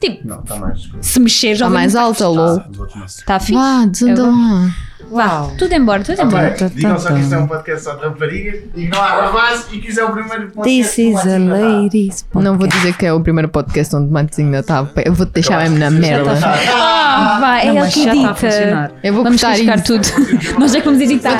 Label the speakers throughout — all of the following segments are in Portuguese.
Speaker 1: Tipo,
Speaker 2: Não, está mais.
Speaker 1: se mexeres,
Speaker 3: Está
Speaker 1: ouvimos-
Speaker 3: Tá mais alto, alô.
Speaker 2: Ah, do outro lado.
Speaker 1: Está um tá fixe.
Speaker 3: Vá, desanda
Speaker 1: Eu-
Speaker 3: lá.
Speaker 1: Vá, tudo embora, tudo
Speaker 4: Tá
Speaker 2: Ah,
Speaker 1: embora.
Speaker 2: bem, Digam só que isto é um podcast só de raparigas e não há rapaz e que isto é o primeiro podcast.
Speaker 4: This
Speaker 2: que não há
Speaker 4: is a
Speaker 2: assim nada.
Speaker 4: ladies.
Speaker 3: Não vou dizer que é o primeiro podcast onde Matezinho não está. Eu vou te deixar
Speaker 2: Eu acho
Speaker 3: mesmo na
Speaker 2: que isso já
Speaker 3: merda.
Speaker 2: está feito.
Speaker 1: Ah, vai, é
Speaker 4: Não,
Speaker 1: ele
Speaker 4: mas
Speaker 1: que
Speaker 4: já está a
Speaker 1: edita.
Speaker 4: funcionar.
Speaker 3: Eu vou
Speaker 1: Vamos
Speaker 3: cortar
Speaker 1: riscar
Speaker 3: isso.
Speaker 1: tudo. Nós é que vamos editar.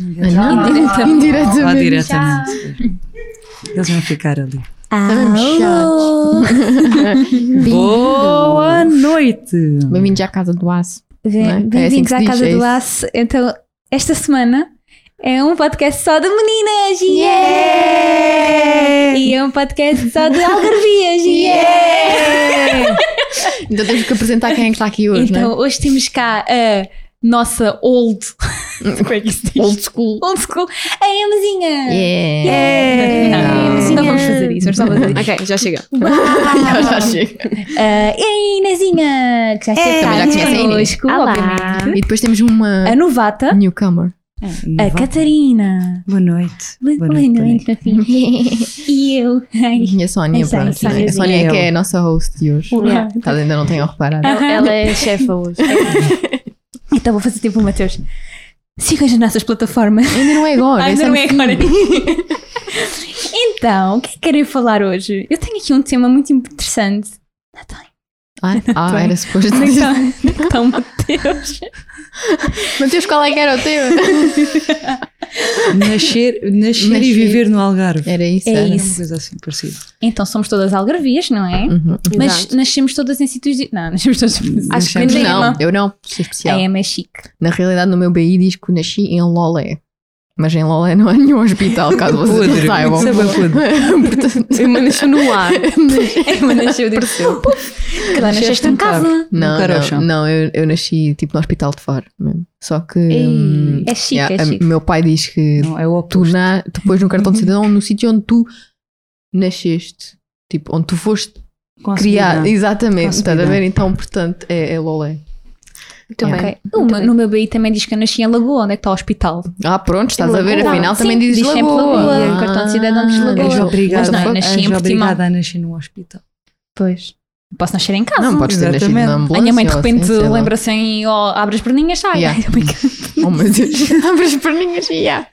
Speaker 3: Indiretamente.
Speaker 4: Lá
Speaker 3: Indiretamente.
Speaker 4: diretamente. Eles vão ficar ali.
Speaker 1: Ah, Alô.
Speaker 4: Boa noite!
Speaker 3: Bem-vindos à casa do aço. Não é? É
Speaker 1: Vem-
Speaker 3: assim
Speaker 1: Bem-vindos
Speaker 3: que se
Speaker 1: à
Speaker 3: diz,
Speaker 1: Casa
Speaker 3: é
Speaker 1: do
Speaker 3: isso.
Speaker 1: Aço. Então, esta semana é um podcast só de meninas. Yeah! E é um podcast só de algarvias. Yeah!
Speaker 3: Ainda temos que apresentar quem é que está aqui hoje,
Speaker 1: Então, hoje temos cá a nossa old,
Speaker 3: não é? Como é que se diz? Old school.
Speaker 1: old school, a Emazinha.
Speaker 3: Yeah.
Speaker 1: Não, não vamos fazer
Speaker 3: é
Speaker 1: isso, vamos só fazer isso.
Speaker 5: Ok, já chega.
Speaker 3: Já, já chega.
Speaker 1: Ah, e a Inazinha, que já esteve
Speaker 3: Também já
Speaker 1: cá
Speaker 3: conhece a Inês.
Speaker 1: conosco,
Speaker 5: Olá.
Speaker 1: obviamente.
Speaker 3: E depois temos uma
Speaker 1: A novata,
Speaker 3: newcomer.
Speaker 1: a Catarina.
Speaker 4: Boa noite.
Speaker 1: Lindo,
Speaker 4: Boa noite,
Speaker 1: lindo,
Speaker 4: boa
Speaker 1: lindo,
Speaker 4: noite.
Speaker 1: fofinho. E eu. Ai.
Speaker 3: E a Sónia,
Speaker 1: Essa é a
Speaker 3: pronto.
Speaker 1: Sónia.
Speaker 3: A Sónia é que é
Speaker 4: Eu.
Speaker 3: a nossa host de hoje.
Speaker 5: Yeah.
Speaker 3: Caso ainda não tenham reparado.
Speaker 5: Ela é chefa hoje.
Speaker 1: Então vou fazer tipo o Mateus. Sigam as nossas plataformas.
Speaker 3: Ainda não é agora.
Speaker 1: Ai,
Speaker 3: é só
Speaker 1: Ah, não
Speaker 3: no
Speaker 1: é
Speaker 3: fim.
Speaker 1: agora. então, o que é que querem falar hoje? Eu tenho aqui um tema muito interessante.
Speaker 3: Ai, Ah, era suposto.
Speaker 1: Onde é que está? Onde é que está o Mateus?
Speaker 3: Mateus, qual é que era o teu?
Speaker 4: Nascer, nascer
Speaker 3: Nascer.
Speaker 4: e viver no Algarve.
Speaker 3: Era isso,
Speaker 1: É
Speaker 3: era.
Speaker 1: isso.
Speaker 4: Uma coisa assim parecida.
Speaker 1: Então somos todas algarvias, não é?
Speaker 3: Uhum.
Speaker 1: Mas
Speaker 5: Exato.
Speaker 1: nascemos todas em sítios. De... Não, nascemos todas.
Speaker 4: Acho que
Speaker 1: Mas
Speaker 3: Mas
Speaker 1: é
Speaker 3: não,
Speaker 1: uma-
Speaker 3: eu não, sou
Speaker 1: A
Speaker 3: especial.
Speaker 1: Emma é chique.
Speaker 3: Na realidade, no meu BI diz que nasci em Lolé. Mas em Lolé não há nenhum hospital, caso vocês não
Speaker 4: Podre,
Speaker 3: saibam.
Speaker 4: sabe a podre.
Speaker 3: Portanto,
Speaker 5: Irmã nasceu no ar.
Speaker 1: A Emma nasceu de seu. Cada nasceste em casa.
Speaker 3: não, não,
Speaker 4: Carochão.
Speaker 3: não eu, eu nasci tipo no hospital de fora mesmo. Só que. hum,
Speaker 1: É chique,
Speaker 3: yeah,
Speaker 1: é
Speaker 3: a-
Speaker 1: chique.
Speaker 3: meu pai diz que
Speaker 4: Não, é o
Speaker 3: tu,
Speaker 4: oposto.
Speaker 3: na, tu pões no cartão de cidadão no sítio onde tu nasceste. Tipo, onde tu foste criado.
Speaker 4: Consumidão.
Speaker 3: Exatamente. Estás a
Speaker 4: Consumidão.
Speaker 3: ver? Então, portanto, é, é Lolé.
Speaker 5: Também.
Speaker 1: Ok. O meu- no meu BI também diz que eu nasci em Lagoa, onde é que está o hospital?
Speaker 3: Ah, pronto, estás a ver?
Speaker 5: Lagoa.
Speaker 3: Afinal,
Speaker 1: Sim,
Speaker 3: também dizes
Speaker 1: diz sempre
Speaker 3: Lagoa.
Speaker 1: Lagoa, no cartão de cidadão diz
Speaker 3: Ah,
Speaker 1: Lagoa.
Speaker 3: és
Speaker 4: És obrigada,
Speaker 1: Mas não, nasci em
Speaker 4: és
Speaker 1: Portimão.
Speaker 4: obrigada a nascer num hospital.
Speaker 1: Pois. Posso nascer em casa.
Speaker 3: Não, podes ter nascido
Speaker 4: Exatamente.
Speaker 3: na
Speaker 1: A
Speaker 3: ambulância.
Speaker 1: minha mãe de
Speaker 3: ou
Speaker 1: repente
Speaker 3: assim, sei lá.
Speaker 1: lembra-se em ó, abre as perninhas, sai.
Speaker 3: Yeah.
Speaker 1: Ai, brincadeira.
Speaker 3: Oh meu Deus, abre as perninhas
Speaker 1: assim,
Speaker 3: e já.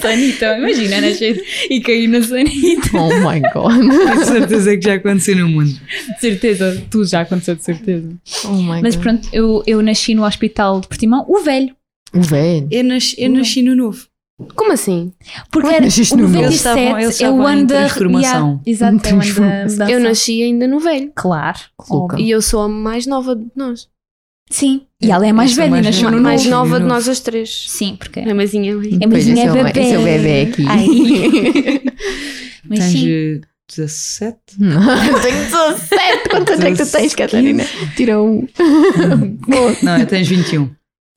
Speaker 1: Sanita, imagina nascer e cair na sanita.
Speaker 3: Oh my god.
Speaker 4: Com certeza que já aconteceu no mundo.
Speaker 1: De certeza, tudo já aconteceu, de certeza.
Speaker 3: Oh my
Speaker 1: Mas
Speaker 3: god.
Speaker 1: pronto, eu, eu nasci no hospital de Portimão, o velho.
Speaker 3: O velho.
Speaker 4: Eu nasci, eu nasci no novo.
Speaker 5: Como assim?
Speaker 1: Porque
Speaker 3: Como é
Speaker 1: era
Speaker 3: que nasceste
Speaker 1: o
Speaker 3: no novo?
Speaker 1: 97,
Speaker 4: Eles estavam- eles
Speaker 1: é o
Speaker 4: estavam em
Speaker 1: ano da...
Speaker 4: transformação.
Speaker 1: Yeah, exato, é o ano da
Speaker 3: Transformação.
Speaker 1: mudança.
Speaker 5: Eu nasci ainda no velho.
Speaker 1: Claro.
Speaker 3: Louca.
Speaker 1: óbvio.
Speaker 5: E eu sou a mais nova de nós.
Speaker 1: Sim. E ela é mais
Speaker 4: Eu sou
Speaker 1: velha,
Speaker 4: mais
Speaker 1: nasceu
Speaker 4: velha.
Speaker 1: no
Speaker 5: mais
Speaker 1: novo.
Speaker 4: novo.
Speaker 5: nova de
Speaker 4: No
Speaker 5: nós as três.
Speaker 1: Sim, porque...
Speaker 5: A mãezinha é
Speaker 1: A
Speaker 3: Pois,
Speaker 1: mãezinha
Speaker 3: esse é o-
Speaker 1: é bebê.
Speaker 3: esse é o bebê aqui.
Speaker 1: Ai. Mas
Speaker 4: Tens
Speaker 1: sim.
Speaker 4: eh, 17?
Speaker 3: Eu tenho 17. Quantos anos é que tu tens, Catarina? Tira um.
Speaker 4: Não, eu tens 21.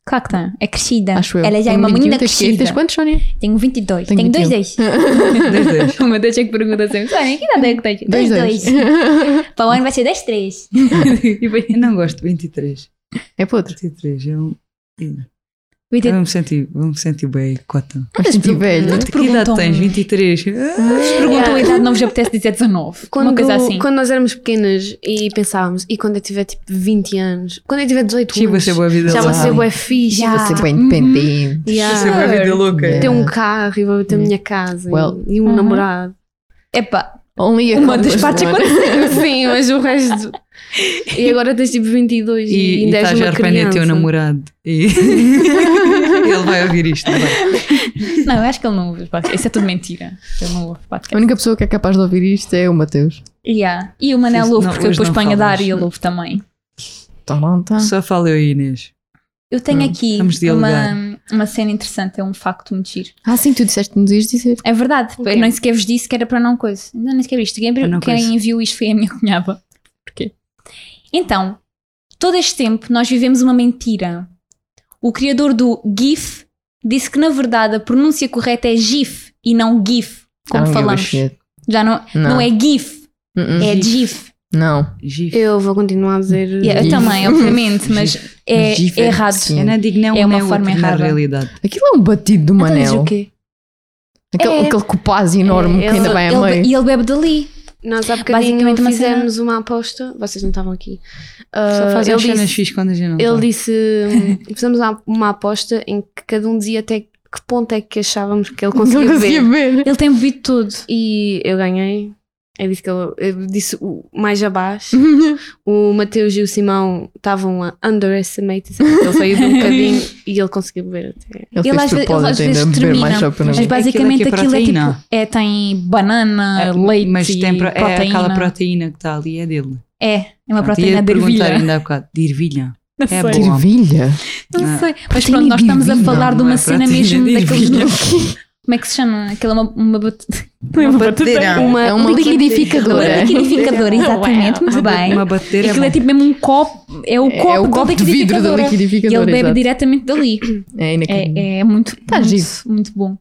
Speaker 1: Claro que tem. É crescida.
Speaker 3: Acho eu.
Speaker 1: Ela já é
Speaker 3: Tenho
Speaker 1: uma
Speaker 3: 21,
Speaker 1: menina
Speaker 3: tens que-
Speaker 1: crescida.
Speaker 3: Tens quantos, Sónia?
Speaker 1: Tenho 22.
Speaker 3: Tenho um.
Speaker 1: Tenho 2 dois.
Speaker 4: Dois, dois.
Speaker 1: O meu Deus é que pergunta sempre. Sónia, que idade é que tens?
Speaker 3: Dois, dois.
Speaker 1: Para o ano vai ser 10, 3.
Speaker 4: Eu não gosto, 23.
Speaker 3: É podre.
Speaker 4: 23, eu... Eu me senti, eu me senti bem cota.
Speaker 3: Mas senti velho.
Speaker 1: Não
Speaker 4: Que
Speaker 1: te
Speaker 4: idade
Speaker 1: perguntam.
Speaker 4: tens? 23? Ah,
Speaker 1: Te perguntam a idade, não vos apetece dizer 19.
Speaker 5: Quando,
Speaker 1: Uma coisa assim.
Speaker 5: quando nós éramos pequenas e pensávamos, e quando eu tiver tipo 20 anos, quando eu tiver 18
Speaker 4: Sim, Tipo,
Speaker 5: anos,
Speaker 4: vai ser boa vida
Speaker 5: já vou
Speaker 4: louca.
Speaker 5: ser bué fixe, Tipo,
Speaker 1: Já.
Speaker 5: já.
Speaker 3: Você foi independente.
Speaker 4: Vai ser
Speaker 5: Yeah.
Speaker 4: boa vida louca.
Speaker 3: Yeah.
Speaker 5: ter um carro e vou ter a minha casa e-
Speaker 3: Well.
Speaker 5: e um
Speaker 1: Uhum.
Speaker 5: namorado.
Speaker 1: Epá,
Speaker 3: Only a
Speaker 1: uma das partes aconteceu.
Speaker 5: Sim, mas o resto. E agora tens tipo 22 e,
Speaker 4: E, e
Speaker 5: ainda és
Speaker 4: estás a
Speaker 5: uma
Speaker 4: arrepender um
Speaker 5: criança.
Speaker 4: teu namorado. E... Ele vai ouvir isto. não vai?
Speaker 1: Não, eu acho que ele não ouve os podcasts. Isso é tudo mentira. Ele não ouve
Speaker 3: A
Speaker 1: podcast.
Speaker 3: única pessoa que é capaz de ouvir isto é o Mateus.
Speaker 1: Yeah. E o Manel
Speaker 4: Sim,
Speaker 1: ouve,
Speaker 4: não,
Speaker 1: porque eu
Speaker 4: hoje
Speaker 1: depois
Speaker 4: não
Speaker 1: ponho a dar
Speaker 4: falas.
Speaker 1: e ele ouve também.
Speaker 3: Tá não,
Speaker 1: Ah.
Speaker 3: tá.
Speaker 4: Só fala eu e a Inês.
Speaker 1: Eu tenho
Speaker 4: Hum,
Speaker 1: aqui
Speaker 4: vamos dialogar.
Speaker 1: uma, uma cena interessante, é um facto muito giro.
Speaker 3: Ah, sim, tu disseste-nos isto dizer.
Speaker 1: É verdade,
Speaker 5: Ok.
Speaker 1: eu nem sequer vos disse que era para não coisa. Não, nem sequer isto. Quem,
Speaker 4: Para não
Speaker 1: quem
Speaker 4: coisa.
Speaker 1: enviou isto foi a minha cunhada. Porquê? Então, todo este tempo nós vivemos uma mentira. O criador do GIF disse que na verdade a pronúncia correta é GIF e não GIF, como
Speaker 3: I don't give a
Speaker 1: falamos.
Speaker 3: shit.
Speaker 1: Já não, não.
Speaker 3: Ah, Não.
Speaker 1: é GIF,
Speaker 3: Uh-uh.
Speaker 1: é GIF.
Speaker 3: Não.
Speaker 4: GIF.
Speaker 5: Eu vou continuar a dizer.
Speaker 1: Yeah, eu
Speaker 3: GIF.
Speaker 1: também, obviamente, mas é
Speaker 4: GIF é-
Speaker 1: errado.
Speaker 3: Sim.
Speaker 4: Eu não digo nem um
Speaker 1: É uma
Speaker 4: nem outro,
Speaker 1: forma
Speaker 4: na
Speaker 1: errada.
Speaker 4: realidade.
Speaker 3: Aquilo é um batido do
Speaker 5: Então diz
Speaker 3: Manel.
Speaker 5: o quê?
Speaker 3: Aquele,
Speaker 5: É.
Speaker 3: aquele copaz enorme
Speaker 5: É,
Speaker 3: que ainda
Speaker 5: ele-
Speaker 3: vai a
Speaker 1: Ele be-
Speaker 3: meio.
Speaker 1: e ele bebe dali.
Speaker 5: Nós há bocadinho
Speaker 1: Basicamente uma cena-
Speaker 5: fizemos uma aposta, vocês não estavam aqui.
Speaker 4: Só
Speaker 5: Ah,
Speaker 4: fazem
Speaker 1: um
Speaker 5: ele
Speaker 4: as cenas
Speaker 5: disse,
Speaker 4: fixe quando a gente não
Speaker 5: ele
Speaker 4: tá.
Speaker 5: disse hum, fizemos uma, uma aposta em que cada um dizia até que ponto é que achávamos que ele conseguia ver.
Speaker 3: ver.
Speaker 1: Ele tem bebido tudo.
Speaker 5: E eu ganhei. Eu disse que ele, eu disse o- mais abaixo. O Mateus e o Simão estavam a underestimate. Ele saiu de um bocadinho e ele conseguiu beber até.
Speaker 3: Ele
Speaker 1: Ele
Speaker 3: fez
Speaker 1: às ve- ele às
Speaker 3: propósito
Speaker 1: vezes
Speaker 3: ainda beber mais só para não
Speaker 1: Mas
Speaker 3: ver.
Speaker 1: basicamente
Speaker 4: Aquilo é que é
Speaker 1: aquilo é, tipo.
Speaker 4: proteína.
Speaker 1: É, tem banana,
Speaker 4: É,
Speaker 1: "Ah, leite,
Speaker 4: mas tem pro-
Speaker 1: pro, proteína.
Speaker 4: é aquela proteína que está ali, é dele.
Speaker 1: É, é uma
Speaker 4: Pronto,
Speaker 1: proteína
Speaker 4: ia
Speaker 1: de
Speaker 4: perguntar
Speaker 1: ervilha.
Speaker 4: ainda há bocado. De ervilha.
Speaker 1: Não sei.
Speaker 4: É boa.
Speaker 3: Ervilha?
Speaker 1: Não
Speaker 4: Ah.
Speaker 1: sei. Mas
Speaker 3: Proteína
Speaker 1: pronto, nós estamos a
Speaker 3: divina.
Speaker 1: falar de
Speaker 4: Não,
Speaker 1: uma
Speaker 4: não é
Speaker 1: cena
Speaker 4: proteína
Speaker 1: mesmo
Speaker 4: divina.
Speaker 1: daqueles. Como é que se chama? Aquela uma, uma bat- Não é uma batedeira.
Speaker 5: Uma,
Speaker 3: É uma
Speaker 1: Uma
Speaker 3: liquidificadora.
Speaker 1: liquidificador, exatamente, muito bem.
Speaker 4: Uma batedeira.
Speaker 1: Aquilo é
Speaker 4: bom.
Speaker 1: tipo mesmo um copo, é o copo,
Speaker 3: é o copo
Speaker 1: da
Speaker 3: de vidro da
Speaker 1: liquidificadora. E ele
Speaker 3: liquidificadora.
Speaker 1: bebe
Speaker 3: exato.
Speaker 1: diretamente dali.
Speaker 3: É inacreditável.
Speaker 1: É, é muito,
Speaker 3: Tá
Speaker 1: muito,
Speaker 3: giro.
Speaker 1: muito bom.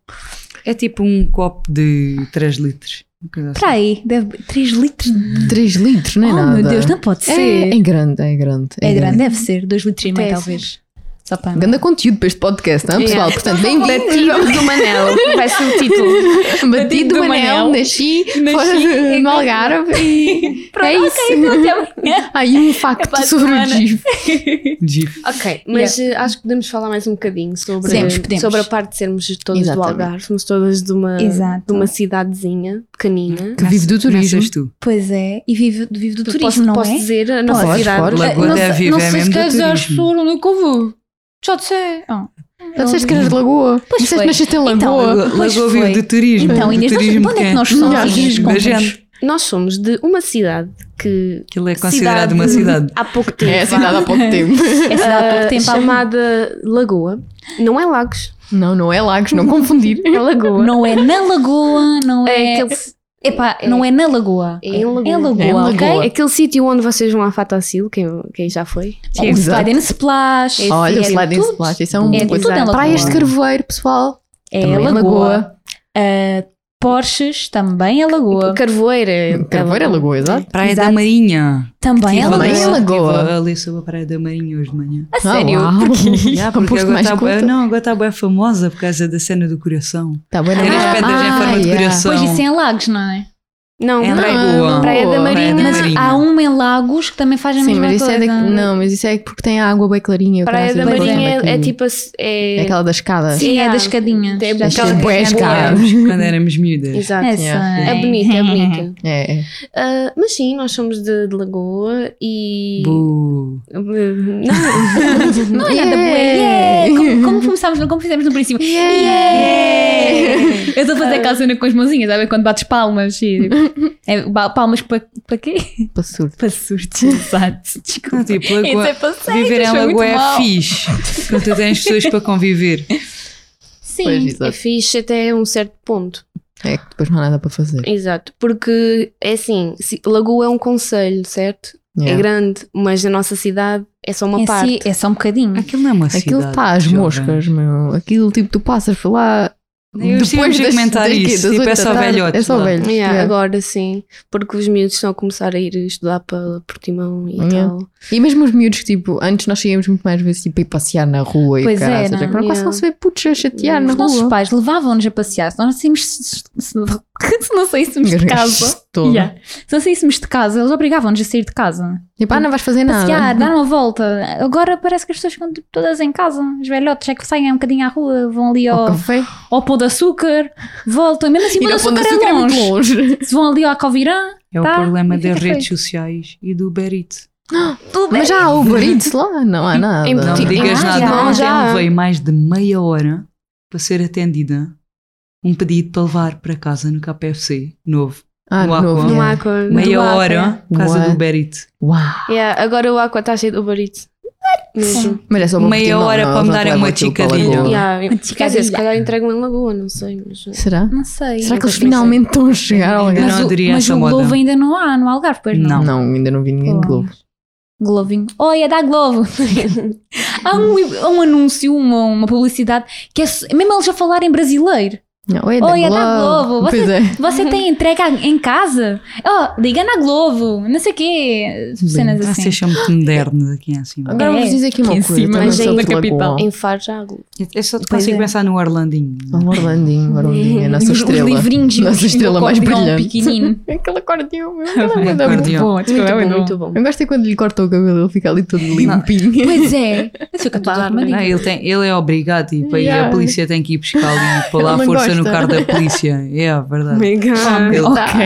Speaker 4: É tipo um copo de 3 litros. Uma coisa assim.
Speaker 1: Espera aí, deve 3 litros de.
Speaker 3: 3 litros, não é
Speaker 1: oh
Speaker 3: nada.
Speaker 1: meu Deus, não pode
Speaker 3: é,
Speaker 1: ser.
Speaker 3: é grande, é grande.
Speaker 1: É grande, deve ser. 2 litros e meio,
Speaker 5: Deve
Speaker 1: talvez. Só para.
Speaker 3: Ganda conteúdo para este podcast, não é, pessoal?
Speaker 5: Yeah.
Speaker 3: Portanto, bem-vindos
Speaker 5: Batido do Manel. Vai ser o título.
Speaker 3: ao Batido do Manel, nasci,
Speaker 1: é
Speaker 3: fora de, no Algarve e é isso. Aí um facto
Speaker 1: para a
Speaker 3: sobre o
Speaker 1: É semana.
Speaker 3: GIF.
Speaker 4: GIF.
Speaker 5: Ok, mas eh, acho que podemos falar mais um bocadinho sobre,
Speaker 1: Podemos, podemos.
Speaker 5: sobre a parte de sermos todas
Speaker 3: Exatamente.
Speaker 5: do Algarve, somos todas de uma,
Speaker 1: Exato.
Speaker 5: de uma cidadezinha pequenina.
Speaker 3: Que vive do turismo.
Speaker 4: Nasces tu.
Speaker 1: Pois é, e vive, vive do turismo,
Speaker 5: posso,
Speaker 1: não
Speaker 5: posso
Speaker 1: é?
Speaker 5: dizer a nossa
Speaker 3: Podes,
Speaker 5: cidade?
Speaker 3: podes.
Speaker 5: Eh,
Speaker 4: Lagoa
Speaker 5: não
Speaker 4: deve
Speaker 5: sei-
Speaker 4: viver
Speaker 1: não sei
Speaker 4: mesmo
Speaker 1: se
Speaker 4: do
Speaker 1: queres dizer
Speaker 4: turismo.
Speaker 1: sobre onde é que eu vou. Já dissei. Ah,
Speaker 3: Já disseste que eras de Lagoa.
Speaker 1: Pois
Speaker 3: Disseste
Speaker 1: foi.
Speaker 3: que nasceste em
Speaker 1: Então,
Speaker 3: Lagoa.
Speaker 4: Lagoa
Speaker 1: Pois
Speaker 4: Lagoa
Speaker 1: foi.
Speaker 4: vive do turismo.
Speaker 1: Então,
Speaker 4: do
Speaker 1: Inês, nós-
Speaker 4: turismo
Speaker 1: de onde é que nós
Speaker 4: pequeno.
Speaker 1: somos?
Speaker 3: Diz-nos,
Speaker 4: Da
Speaker 1: contas.
Speaker 4: gente.
Speaker 5: Nós somos de uma cidade que
Speaker 4: Aquilo é considerado uma cidade.
Speaker 5: há pouco tempo
Speaker 3: é, assim nada há pouco tempo.
Speaker 1: É
Speaker 5: vá,
Speaker 1: cidade há pouco
Speaker 5: eh,
Speaker 1: tempo.
Speaker 5: chamada Lagoa. Não é Lagos,
Speaker 3: não, não é Lagos, não confundir.
Speaker 5: é Lagoa.
Speaker 1: Não é na Lagoa, não
Speaker 5: É
Speaker 1: é.
Speaker 5: aquele-
Speaker 1: Epá, não é na Lagoa.
Speaker 5: É em Lagoa.
Speaker 3: É em
Speaker 1: ok?
Speaker 3: Lagoa.
Speaker 5: Aquele sítio onde vocês vão à Fatacil, quem, quem já foi?
Speaker 1: O
Speaker 3: Exato.
Speaker 1: um Slide and Splash.
Speaker 5: Esse
Speaker 3: Olha, o
Speaker 5: é
Speaker 3: slide
Speaker 1: tudo.
Speaker 3: and splash, isso é um
Speaker 1: É
Speaker 3: coisa.
Speaker 1: tudo em Lagoa.
Speaker 3: Praias de Carvoeiro, pessoal.
Speaker 1: É
Speaker 3: Também
Speaker 1: a
Speaker 3: é
Speaker 1: Lagoa.
Speaker 3: Lagoa.
Speaker 1: Ah, Porches, também é Lagoa.
Speaker 5: Carvoeira. é-
Speaker 3: Carvoeiro é Lagoa, exato.
Speaker 4: Praia
Speaker 1: Exato.
Speaker 4: da Marinha.
Speaker 1: Também é
Speaker 3: Também é
Speaker 1: Lagoa.
Speaker 3: Lagoa.
Speaker 4: Estive ali sobre a Praia da Marinha hoje de manhã.
Speaker 1: A sério?
Speaker 3: Ah, uau.
Speaker 4: Ah,
Speaker 1: um
Speaker 3: Já,
Speaker 4: porque
Speaker 3: posto
Speaker 4: agora
Speaker 3: mais
Speaker 4: tá bué-
Speaker 3: conta.
Speaker 4: não, agora está bem famosa por causa da cena do coração.
Speaker 3: Tá bem, não
Speaker 4: Ter as
Speaker 3: é?
Speaker 4: pedras em forma de
Speaker 3: yeah.
Speaker 4: coração.
Speaker 1: Pois isso é em Lagos, não é?
Speaker 5: Não,
Speaker 4: É
Speaker 5: não.
Speaker 4: Lagoa.
Speaker 5: Praia da
Speaker 3: Lagoa.
Speaker 5: Marinha.
Speaker 4: Praia da
Speaker 1: Mas
Speaker 4: Marinha.
Speaker 1: há uma em Lagos que também faz é a
Speaker 3: Sim,
Speaker 1: mesma
Speaker 3: mas isso é
Speaker 1: coisa.
Speaker 3: daqui. Não, mas isso é porque tem a água bem clarinha. o
Speaker 5: Praia da
Speaker 3: caraças,
Speaker 1: Marinha
Speaker 3: bem
Speaker 5: Marinha é,
Speaker 3: clarinha.
Speaker 5: tipo. a c- É,
Speaker 3: É aquela das escadas.
Speaker 1: Sim, é das escadinhas.
Speaker 5: Tem
Speaker 3: Das
Speaker 5: aquela-
Speaker 3: bué
Speaker 1: Ah,
Speaker 3: escadas.
Speaker 4: É, Quando éramos miúdas.
Speaker 5: Exato.
Speaker 1: É,
Speaker 3: Yeah.
Speaker 5: É bonita, é bonita.
Speaker 3: É, é.
Speaker 5: Ah, mas sim, nós somos de, de Lagoa
Speaker 1: é
Speaker 5: e.
Speaker 4: Bu.
Speaker 3: Não,
Speaker 1: Não é nada boa. Yeah. Como, como começámos, como fizemos no princípio. Yeah. Eu estou a fazer aquela cena com as mãozinhas, sabe? Quando bates palmas e. tipo, é, ba- palmas para, para quê?
Speaker 3: Para surto.
Speaker 1: Para surtos, exato. Desculpa.
Speaker 4: Não, tipo,
Speaker 1: Isso é
Speaker 4: Lagoa.
Speaker 1: para surtos,
Speaker 4: Viver em
Speaker 1: foi muito
Speaker 4: Lagoa é
Speaker 1: mal.
Speaker 4: fixe. Quando tu tens pessoas para conviver.
Speaker 1: Sim.
Speaker 3: Pois,
Speaker 5: É
Speaker 3: exato.
Speaker 5: fixe até um certo ponto.
Speaker 3: É que depois não há nada para fazer.
Speaker 5: Exato. Porque é assim, se- Lagoa é um conselho, certo? É
Speaker 3: Yeah.
Speaker 5: grande, mas a nossa cidade é só uma
Speaker 1: É,
Speaker 5: parte.
Speaker 1: si- é só um bocadinho.
Speaker 4: Aquilo não é uma cidade.
Speaker 3: Aquilo está às
Speaker 4: jovem.
Speaker 3: moscas, meu. Aquilo, tipo, tu passas por lá.
Speaker 4: Eu depois de
Speaker 3: das-
Speaker 4: comentar
Speaker 3: das quê?
Speaker 4: isso.
Speaker 3: Das
Speaker 4: Tipo,
Speaker 3: oito
Speaker 4: é
Speaker 3: da
Speaker 4: só
Speaker 3: tarde?
Speaker 4: velhotes.
Speaker 3: É só
Speaker 4: lá.
Speaker 3: velhos.
Speaker 5: Yeah,
Speaker 3: yeah.
Speaker 5: Agora sim, porque os miúdos estão a começar a ir estudar para Portimão e
Speaker 3: Yeah.
Speaker 5: tal.
Speaker 3: E mesmo os miúdos que, tipo, antes nós saíamos muito mais vezes, tipo, a ir passear na rua
Speaker 1: Pois
Speaker 3: e o
Speaker 1: é,
Speaker 3: caralho.
Speaker 1: não?
Speaker 3: Agora quase
Speaker 5: Yeah.
Speaker 3: não se vê putos a chatear na
Speaker 1: Os nossos
Speaker 3: rua.
Speaker 1: pais levavam-nos a passear. Se nós saímos, se, se- se não saíssemos de casa.
Speaker 3: Todo.
Speaker 1: Yeah. Se não saíssemos de casa, eles obrigavam-nos a sair de casa.
Speaker 3: Tipo, ah, não vais fazer nada.
Speaker 1: Passear, dar uma volta. Agora parece que as pessoas ficam tipo, todas em casa. Os velhotes é que saem um bocadinho à rua, vão ali
Speaker 3: Ao
Speaker 1: ao,
Speaker 3: café.
Speaker 1: ao Pão de Açúcar, voltam. Mesmo assim,
Speaker 3: Ir
Speaker 1: Pão de
Speaker 3: ao Pão de
Speaker 1: Açúcar,
Speaker 3: Açúcar
Speaker 1: é longe.
Speaker 3: longe.
Speaker 1: Se vão ali ao Calvirã,
Speaker 4: É
Speaker 1: Tá,
Speaker 4: o problema
Speaker 1: e fica
Speaker 4: das redes
Speaker 1: feito.
Speaker 4: sociais e do Uber Eats.
Speaker 1: tudo bem.
Speaker 3: Mas já há Uber Eats lá? Não há nada.
Speaker 5: Em
Speaker 4: Tipo, Não
Speaker 5: Sim.
Speaker 4: digas
Speaker 5: Ah,
Speaker 4: nada.
Speaker 5: já,
Speaker 4: Ontem
Speaker 5: já.
Speaker 4: levei mais de meia hora para ser atendida um pedido para levar para casa no KFC novo.
Speaker 3: Ah,
Speaker 4: Não há
Speaker 3: de novo.
Speaker 4: como.
Speaker 5: Não
Speaker 3: yeah.
Speaker 5: há cor.
Speaker 4: Meia
Speaker 5: do Aqua.
Speaker 4: hora por causa
Speaker 3: What?
Speaker 4: do Uber Eats.
Speaker 3: Uau.
Speaker 5: Yeah, agora o Aqua está cheio de Uber Eats. Mesmo.
Speaker 3: Mas é só
Speaker 4: Meia hora para me darem uma chicadilha. Sim.
Speaker 5: Yeah, Quer dizer, se
Speaker 1: Ticadilha.
Speaker 5: calhar entregam em Lagoa, não sei. Mas...
Speaker 3: Será?
Speaker 1: Não sei.
Speaker 3: Será que eles
Speaker 5: Não sei.
Speaker 3: finalmente estão a chegar ao
Speaker 4: Ainda
Speaker 3: lugar?
Speaker 4: não
Speaker 1: mas o,
Speaker 4: aderia a
Speaker 1: mas
Speaker 4: essa
Speaker 1: o
Speaker 4: moda.
Speaker 1: Globo ainda não há no Algarve, pois não.
Speaker 4: Não.
Speaker 3: Não, ainda não vi ninguém de
Speaker 1: Pois.
Speaker 3: Globo.
Speaker 1: Glovinho. Oi, é da Globo. há, um, há um anúncio, uma, uma publicidade, que é s- mesmo eles a falar em brasileiro.
Speaker 3: Não, Oi,
Speaker 1: Oi, é da Globo.
Speaker 3: Pois é.
Speaker 1: Você tem entrega em casa? Oh, liga na Globo, não sei o quê. Cenas
Speaker 4: Está a
Speaker 1: assim.
Speaker 4: ser Ah, muito moderno aqui em cima.
Speaker 3: Agora vos dizer aqui uma
Speaker 6: Aqui em
Speaker 3: coisa.
Speaker 6: cima,
Speaker 3: também
Speaker 5: mas
Speaker 3: sou
Speaker 5: aí-
Speaker 3: de
Speaker 6: da capital.
Speaker 3: Lagoa.
Speaker 5: Em Faro já há Globo.
Speaker 4: Eu só te
Speaker 1: Pois
Speaker 4: consigo
Speaker 1: é.
Speaker 4: pensar no Orlandinho.
Speaker 3: Ah, O Orlandinho, o Orlandinho, a nossa
Speaker 1: Os-
Speaker 3: estrela.
Speaker 1: Os livrinhos.
Speaker 3: nossa
Speaker 1: o
Speaker 3: estrela mais
Speaker 1: acordeão
Speaker 3: brilhante.
Speaker 1: um
Speaker 3: É
Speaker 1: pequenino.
Speaker 3: Aquele acordeão, meu, aquela
Speaker 4: Vai,
Speaker 3: banda é muito
Speaker 4: acordeão.
Speaker 3: boa.
Speaker 5: Muito
Speaker 6: é
Speaker 5: bom,
Speaker 6: bom.
Speaker 5: muito bom.
Speaker 3: Eu gosto é quando lhe corta o cabelo, ele fica ali todo limpinho.
Speaker 1: Pois é. Fica tudo
Speaker 5: Claro,
Speaker 1: arrumadinho.
Speaker 4: Não, ele, tem- ele é obrigado, tipo, aí
Speaker 3: Yeah.
Speaker 4: a polícia tem que ir buscar ali e pôr lá
Speaker 3: Ele não
Speaker 4: a força no
Speaker 3: gosta.
Speaker 4: carro da polícia. É, verdade.
Speaker 5: Mega.
Speaker 4: Ele,
Speaker 3: Ok.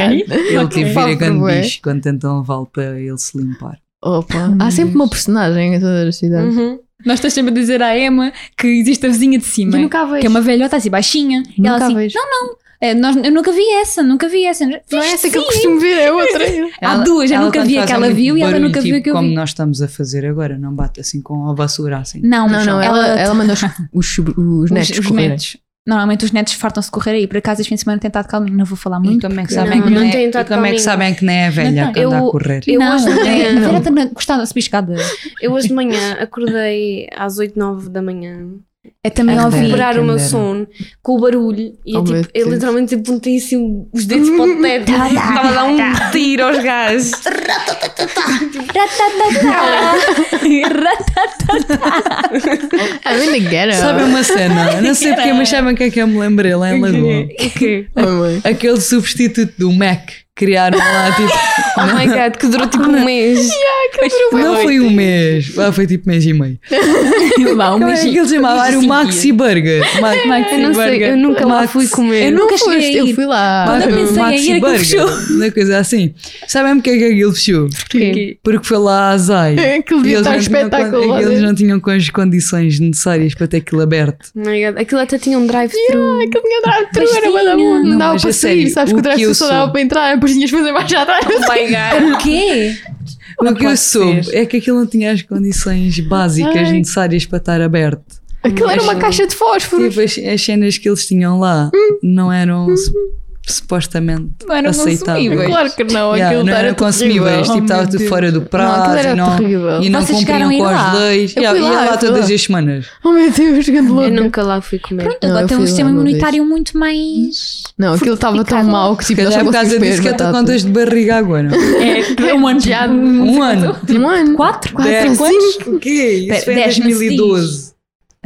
Speaker 4: ele teve de
Speaker 3: Pobre
Speaker 4: ir a grande
Speaker 3: bué.
Speaker 4: bicho quando tentam volta ele se limpar.
Speaker 3: Opa. Há sempre uma personagem em todas as cidades.
Speaker 5: Uhum.
Speaker 1: Nós estamos sempre a dizer à Emma que existe a vizinha de cima.
Speaker 3: Eu nunca a
Speaker 1: que
Speaker 3: vejo.
Speaker 1: é uma velhota assim baixinha. E ela
Speaker 3: Nunca a
Speaker 1: assim,
Speaker 3: vejo. Não,
Speaker 1: "É, nós, eu nunca vi essa, nunca vi essa.
Speaker 3: não é essa que eu costumo ver, é outra.
Speaker 1: Há duas, eu nunca
Speaker 4: quando
Speaker 1: vi a
Speaker 4: faz
Speaker 1: que ela
Speaker 4: muito
Speaker 1: viu e ela
Speaker 4: barulho,
Speaker 1: nunca viu
Speaker 4: tipo,
Speaker 1: a que eu
Speaker 4: Como
Speaker 1: vi.
Speaker 4: nós estamos a fazer agora, não bate assim com a vassoura assim.
Speaker 1: Não,
Speaker 3: Não, não, ela, ela manda os, os, sobre- os netos
Speaker 1: os
Speaker 3: correrem.
Speaker 1: netos. Normalmente os netos fartam-se de correr aí. Por acaso, este fim de semana tem estado calminho. Não vou falar
Speaker 4: E
Speaker 1: muito.
Speaker 4: como é que
Speaker 1: porque-
Speaker 4: sabem
Speaker 5: Não,
Speaker 4: que
Speaker 5: não
Speaker 4: não,
Speaker 5: tem
Speaker 4: é,
Speaker 5: tanto
Speaker 4: e como é que
Speaker 5: caminho.
Speaker 4: sabem que nem é a velha
Speaker 1: Não,
Speaker 4: que anda
Speaker 5: eu-
Speaker 4: a correr?
Speaker 5: Eu
Speaker 1: não,
Speaker 5: hoje de
Speaker 1: é,
Speaker 5: manhã-
Speaker 1: Vera também gostava de subir escadas.
Speaker 5: Eu hoje de manhã acordei às 8, 9 da manhã
Speaker 1: É também
Speaker 5: a
Speaker 4: Ah,
Speaker 1: ouvir.
Speaker 5: recuperar
Speaker 4: quem
Speaker 5: o meu
Speaker 4: dera.
Speaker 5: sono com o barulho e
Speaker 3: Oh,
Speaker 5: eu,
Speaker 3: meu
Speaker 5: tipo, eu
Speaker 3: Deus.
Speaker 5: literalmente tipo, botei assim os dedos para o teto
Speaker 4: Tá,
Speaker 5: estava a dar um tiro aos gajos.
Speaker 3: I'm in the ghetto.
Speaker 4: Sabem uma cena? Não sei porque, mas sabem o que é que eu me lembrei lá em Lagoa?
Speaker 3: Ai,
Speaker 4: Aquele substituto do Mac criaram lá, tipo,
Speaker 5: Oh my god, que durou tipo um mês.
Speaker 4: não foi um mês, lá foi tipo mês e meio.
Speaker 1: Lá, um
Speaker 4: Como é que
Speaker 1: beijinho.
Speaker 4: ele chamava? Era o Maxi Burger. Ma-
Speaker 1: Maxi
Speaker 5: Eu não
Speaker 4: Burger.
Speaker 5: sei, eu nunca lá
Speaker 4: Max-
Speaker 5: fui comer.
Speaker 1: Eu nunca
Speaker 3: foste,
Speaker 1: cheguei a
Speaker 3: Eu
Speaker 1: ir.
Speaker 3: fui lá.
Speaker 1: Quando eu
Speaker 4: Ma-
Speaker 1: pensei em
Speaker 4: Maxi
Speaker 1: ir, é aquilo
Speaker 4: Burger.
Speaker 1: fechou.
Speaker 4: Uma coisa assim. Sabem porque é que aquilo fechou?
Speaker 3: Porquê? É
Speaker 4: Porque foi lá a Zai.
Speaker 3: Aquele
Speaker 4: E
Speaker 3: dia
Speaker 4: eles
Speaker 3: está
Speaker 4: não tinham con-
Speaker 3: espetacular.
Speaker 4: Eles não tinham com as condições necessárias para ter aquilo aberto.
Speaker 5: Oh my god, aquilo até tinha um drive-thru.
Speaker 3: Aquele tinha drive-thru,
Speaker 1: Pois
Speaker 3: era
Speaker 1: tinha.
Speaker 3: uma da boa.
Speaker 4: Não,
Speaker 3: Não dava é
Speaker 4: mas
Speaker 3: para
Speaker 4: a
Speaker 3: sair,
Speaker 4: sério,
Speaker 3: sabes que
Speaker 4: o
Speaker 3: o
Speaker 4: que eu
Speaker 3: drive-thru só dava
Speaker 4: sou?
Speaker 3: para entrar, depois tinhas de fazer mais atrás.
Speaker 5: Oh my god.
Speaker 1: O quê?
Speaker 4: o que eu soube é que aquilo não tinha as condições básicas
Speaker 3: Ai.
Speaker 4: necessárias para estar aberto.
Speaker 3: Aquilo era uma
Speaker 5: Mas-
Speaker 3: caixa de fósforos.
Speaker 4: Tipo, as, as cenas que eles tinham lá
Speaker 3: Hum.
Speaker 4: não
Speaker 3: Uhum.
Speaker 4: eram su- supostamente
Speaker 1: Não eram
Speaker 4: aceitáveis.
Speaker 1: consumíveis.
Speaker 3: Claro que não,
Speaker 4: Yeah,
Speaker 3: aquilo tá-
Speaker 4: não
Speaker 3: era
Speaker 4: eram consumíveis,
Speaker 3: terrível.
Speaker 4: tipo, estava
Speaker 3: Oh, meu
Speaker 4: tudo
Speaker 3: Deus.
Speaker 4: fora do
Speaker 3: Não,
Speaker 4: prazo
Speaker 3: aquilo
Speaker 4: e
Speaker 3: era
Speaker 4: não,
Speaker 3: terrível.
Speaker 4: e não
Speaker 1: Vocês
Speaker 4: cumpriam
Speaker 1: chegaram a ir
Speaker 4: com
Speaker 1: lá?
Speaker 4: as leis.
Speaker 3: Eu
Speaker 4: Yeah,
Speaker 3: fui
Speaker 4: Ia
Speaker 3: lá,
Speaker 4: lá,
Speaker 3: eu fui
Speaker 4: todas
Speaker 3: lá.
Speaker 4: as semanas.
Speaker 3: Oh meu Deus, grande
Speaker 5: Eu
Speaker 3: louca.
Speaker 5: nunca lá fui comer.
Speaker 1: Pronto,
Speaker 3: Não,
Speaker 1: agora
Speaker 3: eu
Speaker 1: tem um
Speaker 3: fui lá
Speaker 1: sistema
Speaker 3: uma vez.
Speaker 1: imunitário muito mais.
Speaker 3: Não, aquilo estava tão
Speaker 1: Fortificado.
Speaker 3: mau que
Speaker 4: Se
Speaker 3: tipo, nós
Speaker 4: calhar
Speaker 3: só
Speaker 4: é por causa
Speaker 3: conseguimos
Speaker 4: disso que
Speaker 3: comer
Speaker 4: eu estou com
Speaker 3: batata.
Speaker 4: dores de barriga agora.
Speaker 1: É um ano já.
Speaker 4: Um ano.
Speaker 3: Um ano?
Speaker 1: Quatro?
Speaker 3: Quatro
Speaker 4: Dez-
Speaker 3: a
Speaker 4: quantos?
Speaker 3: cinco?
Speaker 4: O quê?
Speaker 1: Dez-
Speaker 4: Isso foi em
Speaker 1: dez não se diz.
Speaker 4: 2012.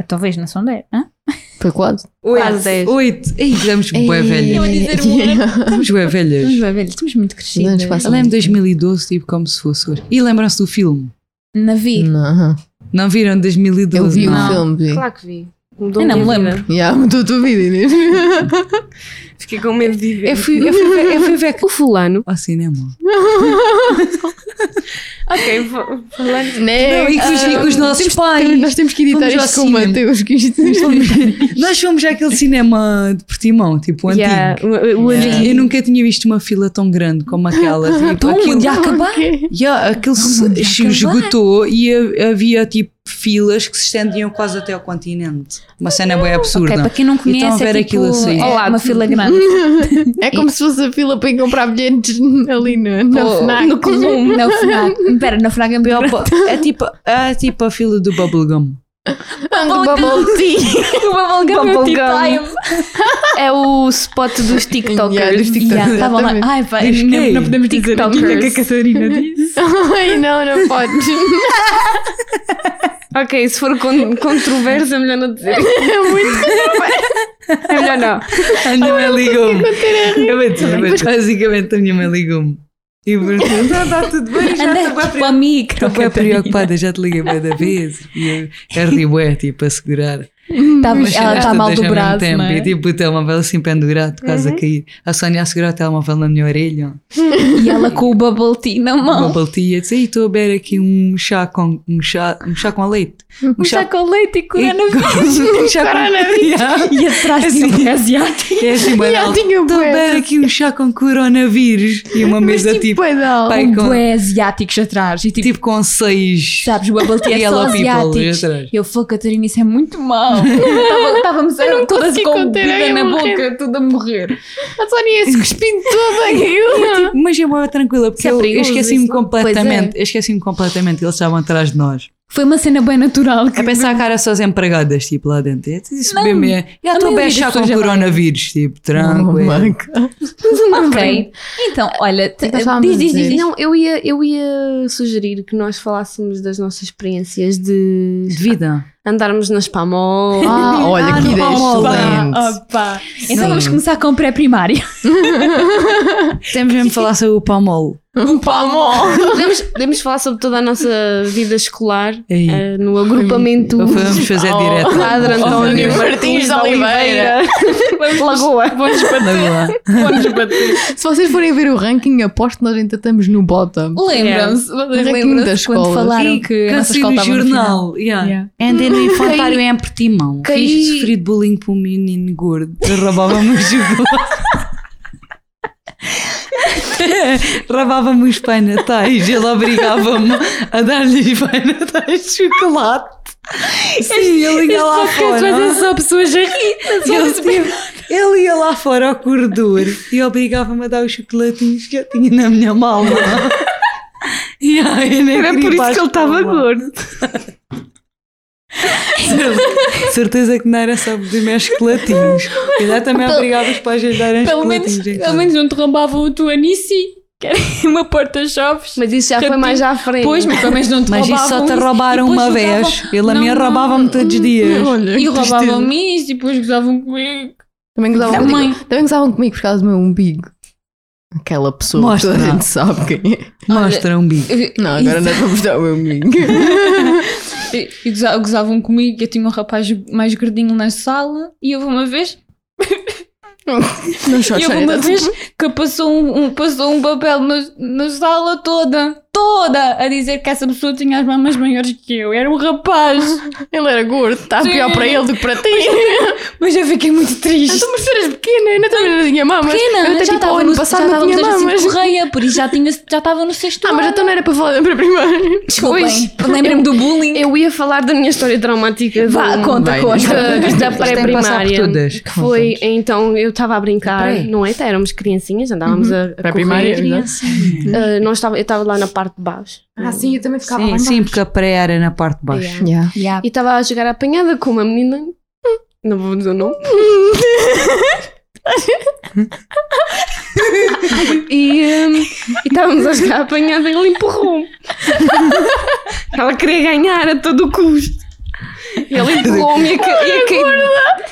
Speaker 1: Talvez não são dez. hã?
Speaker 3: Foi quatro?
Speaker 5: Quase dez.
Speaker 4: Oito. Oito. Ei, estamos bué velhas.
Speaker 3: um
Speaker 4: Estamos bué velhas.
Speaker 1: Vamos lá ver, estamos muito crescidos.
Speaker 3: Anos passam.
Speaker 4: Eu lembro de 2012, tipo, como se fosse hoje. E lembram-se do filme?
Speaker 1: Navio.
Speaker 3: Não,
Speaker 4: Não viram 2012?
Speaker 3: eu vi
Speaker 4: não.
Speaker 3: o filme. vi.
Speaker 5: Claro que vi. Mudou
Speaker 1: Eu não
Speaker 5: minha
Speaker 1: me
Speaker 5: vida.
Speaker 3: Yeah, mudou a tua vida, Inês.
Speaker 5: Fiquei com medo de ver.
Speaker 4: Eu fui, eu fui ver, eu fui ver
Speaker 5: O fulano.
Speaker 4: ao cinema.
Speaker 5: Ok, fu- fulano.
Speaker 4: Não, e com os, e com os nossos pais.
Speaker 3: Nós Ah, temos que editar
Speaker 4: Fomos ao
Speaker 3: isto com o
Speaker 4: cinema.
Speaker 3: Mateus. Que isto...
Speaker 4: Nós fomos àquele cinema de Portimão, tipo o antigo.
Speaker 5: Yeah, o, o antigo.
Speaker 4: Eu nunca tinha visto uma fila tão grande como aquela. Tipo,
Speaker 1: Do mundo
Speaker 4: aquilo,
Speaker 1: de acabar?
Speaker 4: yeah, aquilo se
Speaker 1: mundo ia
Speaker 4: se
Speaker 1: acabar.
Speaker 4: esgotou e ha- havia tipo filas que se estendiam quase até ao continente. Uma cena bem absurda.
Speaker 1: Ok, para quem não
Speaker 4: Então,
Speaker 1: conhece,
Speaker 4: ver
Speaker 1: é tipo
Speaker 4: aquilo assim.
Speaker 1: é
Speaker 4: Ao
Speaker 1: uma fila grande.
Speaker 3: É como se fosse a fila para ir comprar bilhetes ali na, na
Speaker 4: Oh,
Speaker 3: FNAC.
Speaker 1: No Colombo. Na FNAC. Espera, na FNAC é
Speaker 4: É
Speaker 1: pior.
Speaker 4: o pa- É tipo, é tipo a fila do bubblegum.
Speaker 3: Do Bubble Tea.
Speaker 5: tipo, É o spot dos TikTokers.
Speaker 3: Yeah, dos TikTokers.
Speaker 1: Yeah, estavam lá.
Speaker 3: Exatamente.
Speaker 1: Ai, pá,
Speaker 4: Diz
Speaker 1: não,
Speaker 4: quem?
Speaker 1: não podemos dizer aqui o que é que a Catarina disse.
Speaker 3: Ai, não, não podes.
Speaker 5: Ok, se for con controverso é melhor não dizer.
Speaker 3: É muito.
Speaker 5: É melhor não.
Speaker 4: A minha mãe ligou-me. Eu vou dizer, mas Basicamente, a minha mãe ligou-me. Tipo, E perguntou: está tá tudo bem? Já
Speaker 1: Anda tipo
Speaker 4: estou bem
Speaker 1: para o micro.
Speaker 4: Estou bem
Speaker 1: Catarina.
Speaker 4: é preocupada, já te liguei bué da vez. E eu- a ribué, tipo, a segurar.
Speaker 1: Tá-
Speaker 4: Mas
Speaker 1: Ela está
Speaker 4: todas
Speaker 1: mal
Speaker 4: ao
Speaker 1: do
Speaker 4: mesmo
Speaker 1: braço,
Speaker 4: tempo.
Speaker 1: não é?
Speaker 4: E tipo, o telemóvel assim pendurado, quase a cair. A Sónia a segurar o telemóvel na minha orelha.
Speaker 1: E ela com o bubble tea na
Speaker 4: Uma
Speaker 1: mão.
Speaker 4: baltia. Disse, "Ei, estou a beber aqui um chá com, um chá, um chá com leite. Um
Speaker 1: Está
Speaker 4: chá
Speaker 1: com leite e coronavírus.
Speaker 4: um chá com Yeah.
Speaker 1: E atrás de um asiático.
Speaker 4: É assim, mano.
Speaker 3: Já tinha
Speaker 4: Estou a
Speaker 3: bué
Speaker 4: beber aqui um chá com coronavírus. E uma
Speaker 3: é
Speaker 4: mesa tipo,
Speaker 3: pedal.
Speaker 4: pai,
Speaker 1: Um
Speaker 4: com-
Speaker 1: bué asiáticos atrás. E tipo,
Speaker 4: tipo com seis
Speaker 1: sabes, o bubble tea é só
Speaker 4: yellow people
Speaker 1: asiáticos.
Speaker 4: atrás.
Speaker 1: Eu falo, Catarina, isso é muito mau. mal. Tava- Estávamos eram todas
Speaker 5: consegui
Speaker 1: com
Speaker 5: conter,
Speaker 1: bebida
Speaker 5: eu
Speaker 1: na
Speaker 5: ia
Speaker 1: boca, tudo a morrer.
Speaker 5: A Sónia ia se cuspindo toda. Eu.
Speaker 4: Mas eu estava tranquila, porque
Speaker 5: Isso é
Speaker 4: eu, eu
Speaker 5: perigoso,
Speaker 4: esqueci-me
Speaker 5: isso não-
Speaker 4: completamente. Eu esqueci-me completamente que eles estavam atrás de nós.
Speaker 1: Foi uma cena bem natural.
Speaker 4: A pensar que era só as empregadas, tipo, lá dentro. Eu disse,
Speaker 1: Não,
Speaker 4: bem, bem. E
Speaker 1: a
Speaker 4: a tua
Speaker 1: maioria das
Speaker 4: beijo é. já com
Speaker 1: pessoas já
Speaker 4: coronavírus, tipo,
Speaker 3: Oh
Speaker 4: tranquilo.
Speaker 3: my God.
Speaker 1: Ok. Então, olha, te-
Speaker 3: Então estávamos
Speaker 1: diz,
Speaker 3: a
Speaker 1: diz, diz,
Speaker 3: dizer.
Speaker 1: diz.
Speaker 5: Não, eu ia, eu ia sugerir que nós falássemos das nossas experiências de
Speaker 4: de vida.
Speaker 5: andarmos nas pamol.
Speaker 3: Ah, olha
Speaker 4: Ah,
Speaker 3: que
Speaker 4: no
Speaker 3: ideia
Speaker 4: Palmola.
Speaker 3: excelente.
Speaker 1: Opa. Então vamos começar com o pré-primário.
Speaker 4: Temos mesmo de falar sobre o palmol.
Speaker 3: Um palmo.
Speaker 5: Podemos, podemos falar sobre toda a nossa vida escolar
Speaker 4: Aí.
Speaker 5: eh, no agrupamento.
Speaker 4: Vamos fazer
Speaker 5: ao
Speaker 4: direto.
Speaker 5: Padre António
Speaker 4: Vamos
Speaker 5: Martins de Oliveira. Lagoa.
Speaker 4: lá.
Speaker 3: Se vocês forem ver o ranking, aposto que nós ainda estamos no bottom.
Speaker 1: Lembram-se, vocês
Speaker 3: Ranking
Speaker 1: lembram-se
Speaker 3: das
Speaker 1: quando
Speaker 3: escolas.
Speaker 1: falaram que a nossa
Speaker 4: Cansei
Speaker 1: escola
Speaker 4: no
Speaker 1: estava no final?
Speaker 4: jornal. Yeah.
Speaker 3: Yeah.
Speaker 4: Andei no infantário em Portimão.
Speaker 5: Caí-
Speaker 4: Fiz sofrido bullying por um menino gordo. Roubava-me os chocolates. Roubava-me os pai natais. Ele obrigava-me a dar-lhe pai natais de chocolate. Sim, ele ia lá fora.
Speaker 1: só pessoas a rir.
Speaker 4: Ele, tipo, ele ia lá fora ao corredor e obrigava-me a dar os chocolatinhos que eu tinha na minha mala. E aí, eu nem
Speaker 5: Era
Speaker 4: queria
Speaker 5: por
Speaker 4: ir para a
Speaker 5: isso que ele estava
Speaker 4: escola.
Speaker 5: gordo.
Speaker 4: Cer- Certeza que não era só beber meus chocolatinhos. Calhar também obrigava os pais a lhe darem
Speaker 1: Pelo menos,
Speaker 4: chocolatinhos. em
Speaker 1: pelo
Speaker 4: casa.
Speaker 1: menos não te roubavam o teu anissi, que era uma porta-chaves.
Speaker 5: Mas isso já foi mais à frente.
Speaker 1: Pois, mas pelo menos não te
Speaker 4: Mas isso
Speaker 1: roubavam
Speaker 4: só te
Speaker 1: isso. E
Speaker 4: roubaram
Speaker 1: depois
Speaker 4: uma vez.
Speaker 1: jogavam-
Speaker 4: Ele a
Speaker 1: Não,
Speaker 4: minha
Speaker 1: não.
Speaker 4: roubava-me todos os dias.
Speaker 3: Olha,
Speaker 1: E
Speaker 3: que tristeza.
Speaker 1: roubavam-me isso, e depois gozavam comigo.
Speaker 3: Também gozavam,
Speaker 1: Da mãe.
Speaker 3: comigo. Também gozavam comigo por causa do meu umbigo. Aquela pessoa
Speaker 4: Mostra.
Speaker 3: que toda a gente sabe quem é.
Speaker 4: Mostra um bico.
Speaker 3: Não, agora não vamos dar o meu umbigo.
Speaker 1: E, e goza- gozavam comigo, eu tinha um rapaz mais gordinho na sala e houve uma vez,
Speaker 3: Não
Speaker 1: e houve uma vez que passou um, um- passou um papel na, na sala toda, toda, a dizer que essa pessoa tinha as mamas maiores que eu. Era um rapaz.
Speaker 3: Ele era gordo, está
Speaker 1: Sim.
Speaker 3: pior para ele do que para ti.
Speaker 1: Mas eu fiquei muito triste.
Speaker 3: Então, mas tu eras pequena, ainda também não tinha mamas.
Speaker 1: Pequena,
Speaker 3: eu até
Speaker 1: já
Speaker 3: tipo,
Speaker 1: estava
Speaker 3: o
Speaker 1: no-
Speaker 3: ano passado
Speaker 1: já
Speaker 3: não tinha
Speaker 1: estava no
Speaker 3: mamas.
Speaker 1: Francisco Correia, por isso já, tinha, já estava no sexto
Speaker 3: Ah, mas
Speaker 1: ano.
Speaker 3: então não era para falar para primário.
Speaker 1: Desculpem, lembrem-me do bullying.
Speaker 5: Eu ia falar da minha história traumática. do-
Speaker 1: Vá, conta,
Speaker 3: Bem,
Speaker 1: conta.
Speaker 5: é da, da
Speaker 4: Isto tem que passar por
Speaker 5: pré-primária.
Speaker 4: todas.
Speaker 5: Que foi, então eu estava a brincar,
Speaker 4: Peraí.
Speaker 5: não é? Tá, Éramos criancinhas, andávamos
Speaker 4: Uhum.
Speaker 5: a, a
Speaker 3: Pré-primária,
Speaker 5: correr.
Speaker 3: exato.
Speaker 5: Ah, nós estava, eu estava lá na parte de baixo.
Speaker 3: Ah, sim, eu também ficava
Speaker 4: Sim, sim, porque a pré era na parte de baixo.
Speaker 5: Yeah. E estava a jogar apanhada com uma menina. Não vou dizer o nome. e hum, e estávamos a jogar apanhada e ele empurrou-me. Ela queria ganhar a todo o custo. E ele empurrou-me e eu ca- eu caí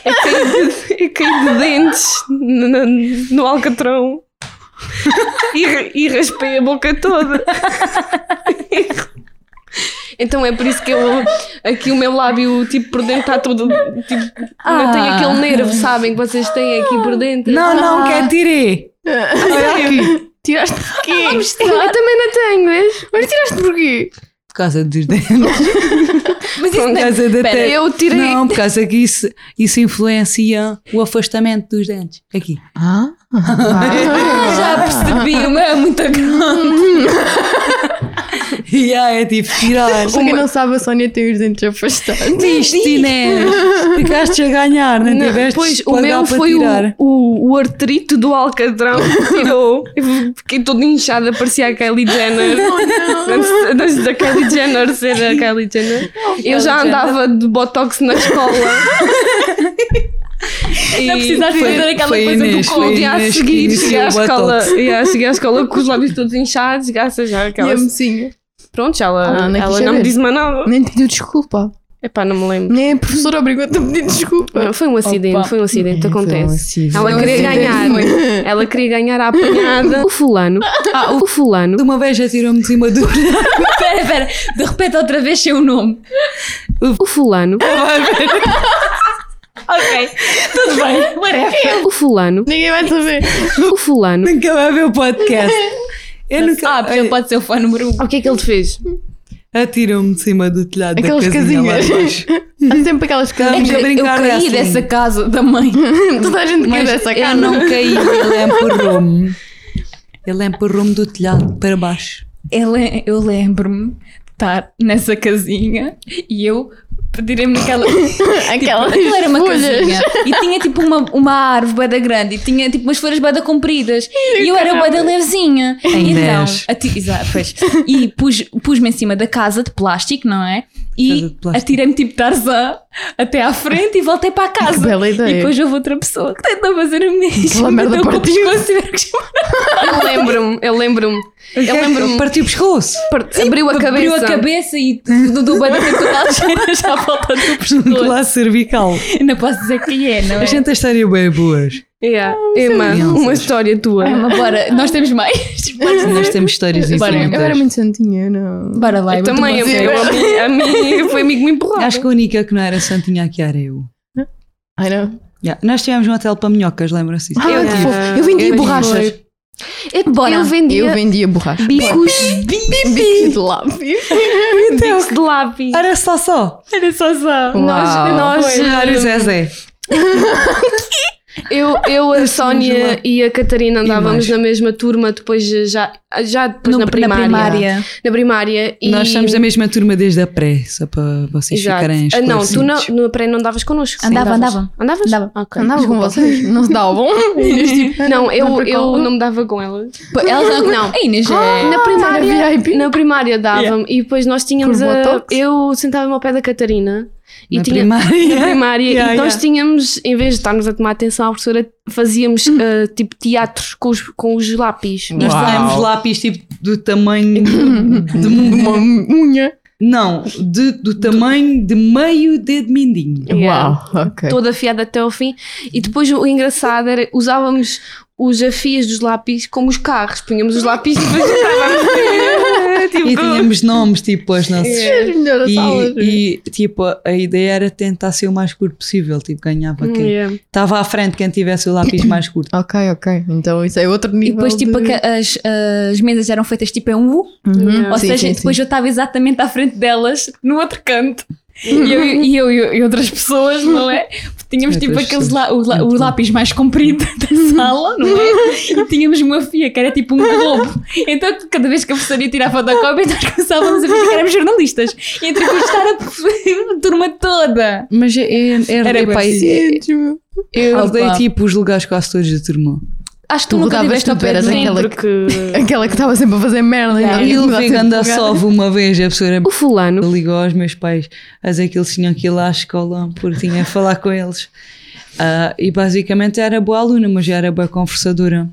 Speaker 5: eu caí de- eu caí de dentes no, no- no alcatrão. E, ra- e raspei a boca toda. Então é por isso que eu aqui o meu lábio tipo por dentro está todo tipo, não tem
Speaker 4: Ah.
Speaker 5: aquele nervo, sabem que vocês têm aqui por dentro.
Speaker 4: Não,
Speaker 1: Ah.
Speaker 4: não, que é tirei. Olha aqui.
Speaker 3: Tiraste porquê?
Speaker 5: É. Eu também não tenho, vês?
Speaker 3: Mas tiraste porquê?
Speaker 4: Por causa dos dentes.
Speaker 1: Mas isso
Speaker 4: Por
Speaker 1: não é
Speaker 4: causa da
Speaker 1: Pera,
Speaker 4: testa.
Speaker 5: Eu tirei.
Speaker 4: Não, por causa que isso, isso influencia o afastamento dos dentes. Aqui.
Speaker 3: Ah,
Speaker 1: Ah, já percebi, não é muita calma.
Speaker 4: E aí é tipo tirar.
Speaker 3: para quem não sabe, a Sónia tem os dentes afastados.
Speaker 4: Viste, Inês? Ficaste a ganhar, não
Speaker 5: Não,
Speaker 4: tiveste
Speaker 5: pois
Speaker 4: que
Speaker 5: o
Speaker 4: pagar
Speaker 5: meu
Speaker 4: para
Speaker 5: foi o,
Speaker 4: tirar.
Speaker 5: o, o artrite do Alcatrão que tirou. Eu Fiquei toda inchada, parecia a Kylie Jenner. antes, antes da Kylie Jenner ser a Kylie Jenner. eu já
Speaker 4: Kylie
Speaker 5: andava de botox na escola. E
Speaker 1: precisaste
Speaker 4: Foi-
Speaker 1: fazer aquela
Speaker 4: foi
Speaker 1: coisa
Speaker 4: Inês,
Speaker 1: do
Speaker 5: No
Speaker 1: colo.
Speaker 4: foi.
Speaker 5: dia a
Speaker 4: Inês que
Speaker 5: seguir
Speaker 4: iniciou
Speaker 5: cheguei à
Speaker 4: o
Speaker 5: escola,
Speaker 4: botox.
Speaker 5: yeah, cheguei à escola com os lábios todos inchados, graças já
Speaker 3: E a
Speaker 5: aquelas.
Speaker 3: mocinha?
Speaker 5: Pronto, já ela,
Speaker 3: Ah, não quis
Speaker 5: ela não
Speaker 3: saber.
Speaker 5: me disse mais nada.
Speaker 3: Nem te pediu desculpa.
Speaker 5: Epá, não me lembro.
Speaker 3: Nem a professora obrigou-te a pedir desculpa.
Speaker 5: Não, foi um acidente,
Speaker 1: Opa.
Speaker 5: foi um
Speaker 3: É,
Speaker 5: acidente, acontece. Ela
Speaker 1: Não
Speaker 5: queria
Speaker 1: sei.
Speaker 5: ganhar. Ela queria ganhar a apanhada. O fulano. Ah, o fulano.
Speaker 4: De uma vez já tirou-me de cima do.
Speaker 1: Espera, espera, de repente outra vez sem o nome.
Speaker 5: O fulano.
Speaker 1: Ok, tudo bem, whatever.
Speaker 5: O fulano.
Speaker 3: Ninguém vai saber.
Speaker 5: O fulano.
Speaker 4: nunca vai ver o podcast. Eu nunca.
Speaker 1: Ah, porque ele pode ser o fã número um.
Speaker 5: O que é que ele fez?
Speaker 4: Atiram-me de cima do telhado
Speaker 3: Aquelas
Speaker 4: da casinha lá de
Speaker 3: casinhas.
Speaker 4: baixo.
Speaker 3: Há sempre aquelas casinhas.
Speaker 4: Vamos a
Speaker 1: Eu
Speaker 4: brincar
Speaker 3: é
Speaker 1: caí
Speaker 4: wrestling.
Speaker 1: dessa
Speaker 3: assim.
Speaker 1: casa da mãe.
Speaker 3: Toda a gente quer
Speaker 4: Mas
Speaker 3: dessa
Speaker 4: eu
Speaker 3: casa.
Speaker 4: não caí, ele empurrou-me. Ele empurrou-me do telhado para baixo.
Speaker 1: é, Ele- eu lembro-me de estar nessa casinha e eu pedirem-me aquela. tipo,
Speaker 3: Aquela
Speaker 1: Aquilo era uma casinha e tinha tipo uma, uma árvore bada grande e tinha tipo umas folhas bada compridas e eu era bada levezinha.
Speaker 4: Em
Speaker 1: então,
Speaker 4: dez.
Speaker 1: ati- exato, pois. E pus- pus-me em cima da casa de plástico, não é?
Speaker 4: Casa
Speaker 1: E
Speaker 4: de plástico.
Speaker 1: atirei-me tipo Tarzan até à frente e voltei para a casa.
Speaker 3: Que bela ideia.
Speaker 1: E depois houve outra pessoa que tentou fazer a
Speaker 3: Aquela
Speaker 1: mesma.
Speaker 3: merda
Speaker 1: Bateu com o
Speaker 3: partiu.
Speaker 1: pescoço, tiveram que chamar.
Speaker 5: Eu lembro-me, eu lembro-me. Eu lembro-me.
Speaker 4: Partiu o pescoço.
Speaker 5: Part- abriu a cabeça.
Speaker 1: Abriu a cabeça e do do bada tentou dar as cenas à volta do pescoço.
Speaker 4: Classe cervical.
Speaker 1: Não posso dizer quem é, não
Speaker 4: A
Speaker 1: é?
Speaker 4: gente a história é bem boas.
Speaker 5: Yeah. Emma,
Speaker 4: crianças.
Speaker 5: uma história tua.
Speaker 1: Ai, mas bora, nós temos mais.
Speaker 4: Nós temos histórias
Speaker 1: Bora,
Speaker 4: infamantes.
Speaker 3: Eu
Speaker 5: é
Speaker 3: era muito santinha, eu não.
Speaker 1: Bora lá, é
Speaker 5: Eu
Speaker 1: vou
Speaker 5: também, eu,
Speaker 1: tomar
Speaker 5: eu, a, mim, a mim foi amigo que me empurrar.
Speaker 4: Acho que a única que não era santinha aqui era eu.
Speaker 3: Ai não.
Speaker 4: Yeah. Nós tivemos um hotel para minhocas, lembram-se disso?
Speaker 3: Ah,
Speaker 5: Eu
Speaker 3: que
Speaker 5: tive.
Speaker 3: fofo. Eu vendia
Speaker 5: Eu
Speaker 3: borrachas.
Speaker 1: Bora.
Speaker 5: Eu vendia
Speaker 3: Eu vendia borrachas.
Speaker 5: bicos,
Speaker 3: Bico de lápis.
Speaker 5: bicos de lápis.
Speaker 4: Era só só.
Speaker 1: Era só só.
Speaker 3: Uau.
Speaker 5: Nós, nós,
Speaker 4: Cenário Zezé.
Speaker 5: eu, eu, a
Speaker 4: Nós tínhamos
Speaker 5: Sónia
Speaker 4: lá-
Speaker 5: e a Catarina andávamos
Speaker 4: mais?
Speaker 5: na mesma turma, depois já, já depois na primária. Na primária e...
Speaker 4: Nós estamos da mesma turma desde a pré, só para vocês
Speaker 5: Exato.
Speaker 4: ficarem
Speaker 5: Ah, Não, tu
Speaker 4: esclarecidos.
Speaker 5: não, no pré não andavas connosco.
Speaker 1: Andava,
Speaker 5: Andavas?
Speaker 1: andava.
Speaker 5: Andavas?
Speaker 1: Andava.
Speaker 5: Ok.
Speaker 3: Andava com vocês? Não se davam? tipo,
Speaker 5: Não, eu,
Speaker 3: para
Speaker 5: eu
Speaker 3: qual?
Speaker 5: não me dava com elas.
Speaker 1: Elas não.
Speaker 5: Não.
Speaker 1: A Inês é.
Speaker 5: na
Speaker 3: era
Speaker 5: primária,
Speaker 3: VIP?
Speaker 5: Ah, na primária dava-me e depois nós tínhamos
Speaker 3: Por
Speaker 5: a,
Speaker 3: Botox?
Speaker 5: eu sentava-me ao pé da Catarina e
Speaker 4: Na
Speaker 5: tinha
Speaker 4: é primária.
Speaker 5: na primária
Speaker 4: Yeah,
Speaker 5: e nós
Speaker 4: yeah.
Speaker 5: tínhamos em vez de estarmos a tomar atenção à professora fazíamos eh, tipo teatros com os, com os lápis
Speaker 4: Nós
Speaker 3: Uau.
Speaker 4: tínhamos lápis tipo do tamanho de mu-
Speaker 3: Uma unha.
Speaker 4: Não, de- do tamanho de meio dedo mindinho.
Speaker 5: Yeah.
Speaker 3: Uau, ok.
Speaker 5: toda afiada até ao fim e depois o engraçado era usávamos os afias dos lápis como os carros punhamos os lápis e depois andávamos. tipo,
Speaker 4: E tínhamos nomes tipo as nossas.
Speaker 5: Yeah.
Speaker 3: As melhores aulas.
Speaker 4: E, e, tipo, a ideia era tentar ser o mais curto possível. Tipo, ganhava quem.
Speaker 5: Yeah.
Speaker 4: Estava à frente quem tivesse o lápis mais curto.
Speaker 3: Ok, ok. Então isso é outro
Speaker 1: E
Speaker 3: nível.
Speaker 1: depois, tipo,
Speaker 3: de...
Speaker 1: a ca- as, as mesas eram feitas tipo em um U,
Speaker 3: Uhum.
Speaker 1: ou
Speaker 3: Sim,
Speaker 1: seja,
Speaker 3: sim,
Speaker 1: depois eu estava exatamente à frente delas, no outro canto. E eu e, eu, e eu- e outras pessoas, não é? Tínhamos tipo
Speaker 4: Outras
Speaker 1: aqueles
Speaker 4: pessoas.
Speaker 1: lá, o, lá- o
Speaker 4: Muito bom.
Speaker 1: lápis mais comprido da sala, não é? E tínhamos uma fia que era tipo um globo. Então, cada vez que a professora ia tirar fotocópia, nós começávamos a fingir que éramos jornalistas e a entrevistar a, a turma toda.
Speaker 4: Mas é, eu,
Speaker 1: Era epá, bem
Speaker 3: Gente,
Speaker 4: é, eu dei
Speaker 1: Opa.
Speaker 4: tipo os lugares quase todos da turma.
Speaker 1: Acho que
Speaker 3: Tu
Speaker 1: tu nunca
Speaker 3: rodavas
Speaker 1: tiveste ao
Speaker 3: tudo,
Speaker 1: pé
Speaker 3: eras
Speaker 1: de mim.
Speaker 3: aquela-
Speaker 5: assim, porque
Speaker 3: Aquela que estava sempre a fazer merda. né?
Speaker 1: Yeah.
Speaker 4: E
Speaker 3: Eu
Speaker 4: levei ganda sova uma vez, a pessoa
Speaker 5: o fulano
Speaker 4: ligou aos meus pais a dizer que eles tinham que ir lá à escola porque tinha a falar com eles. Ah, e basicamente era boa aluna, mas já era boa conversadora.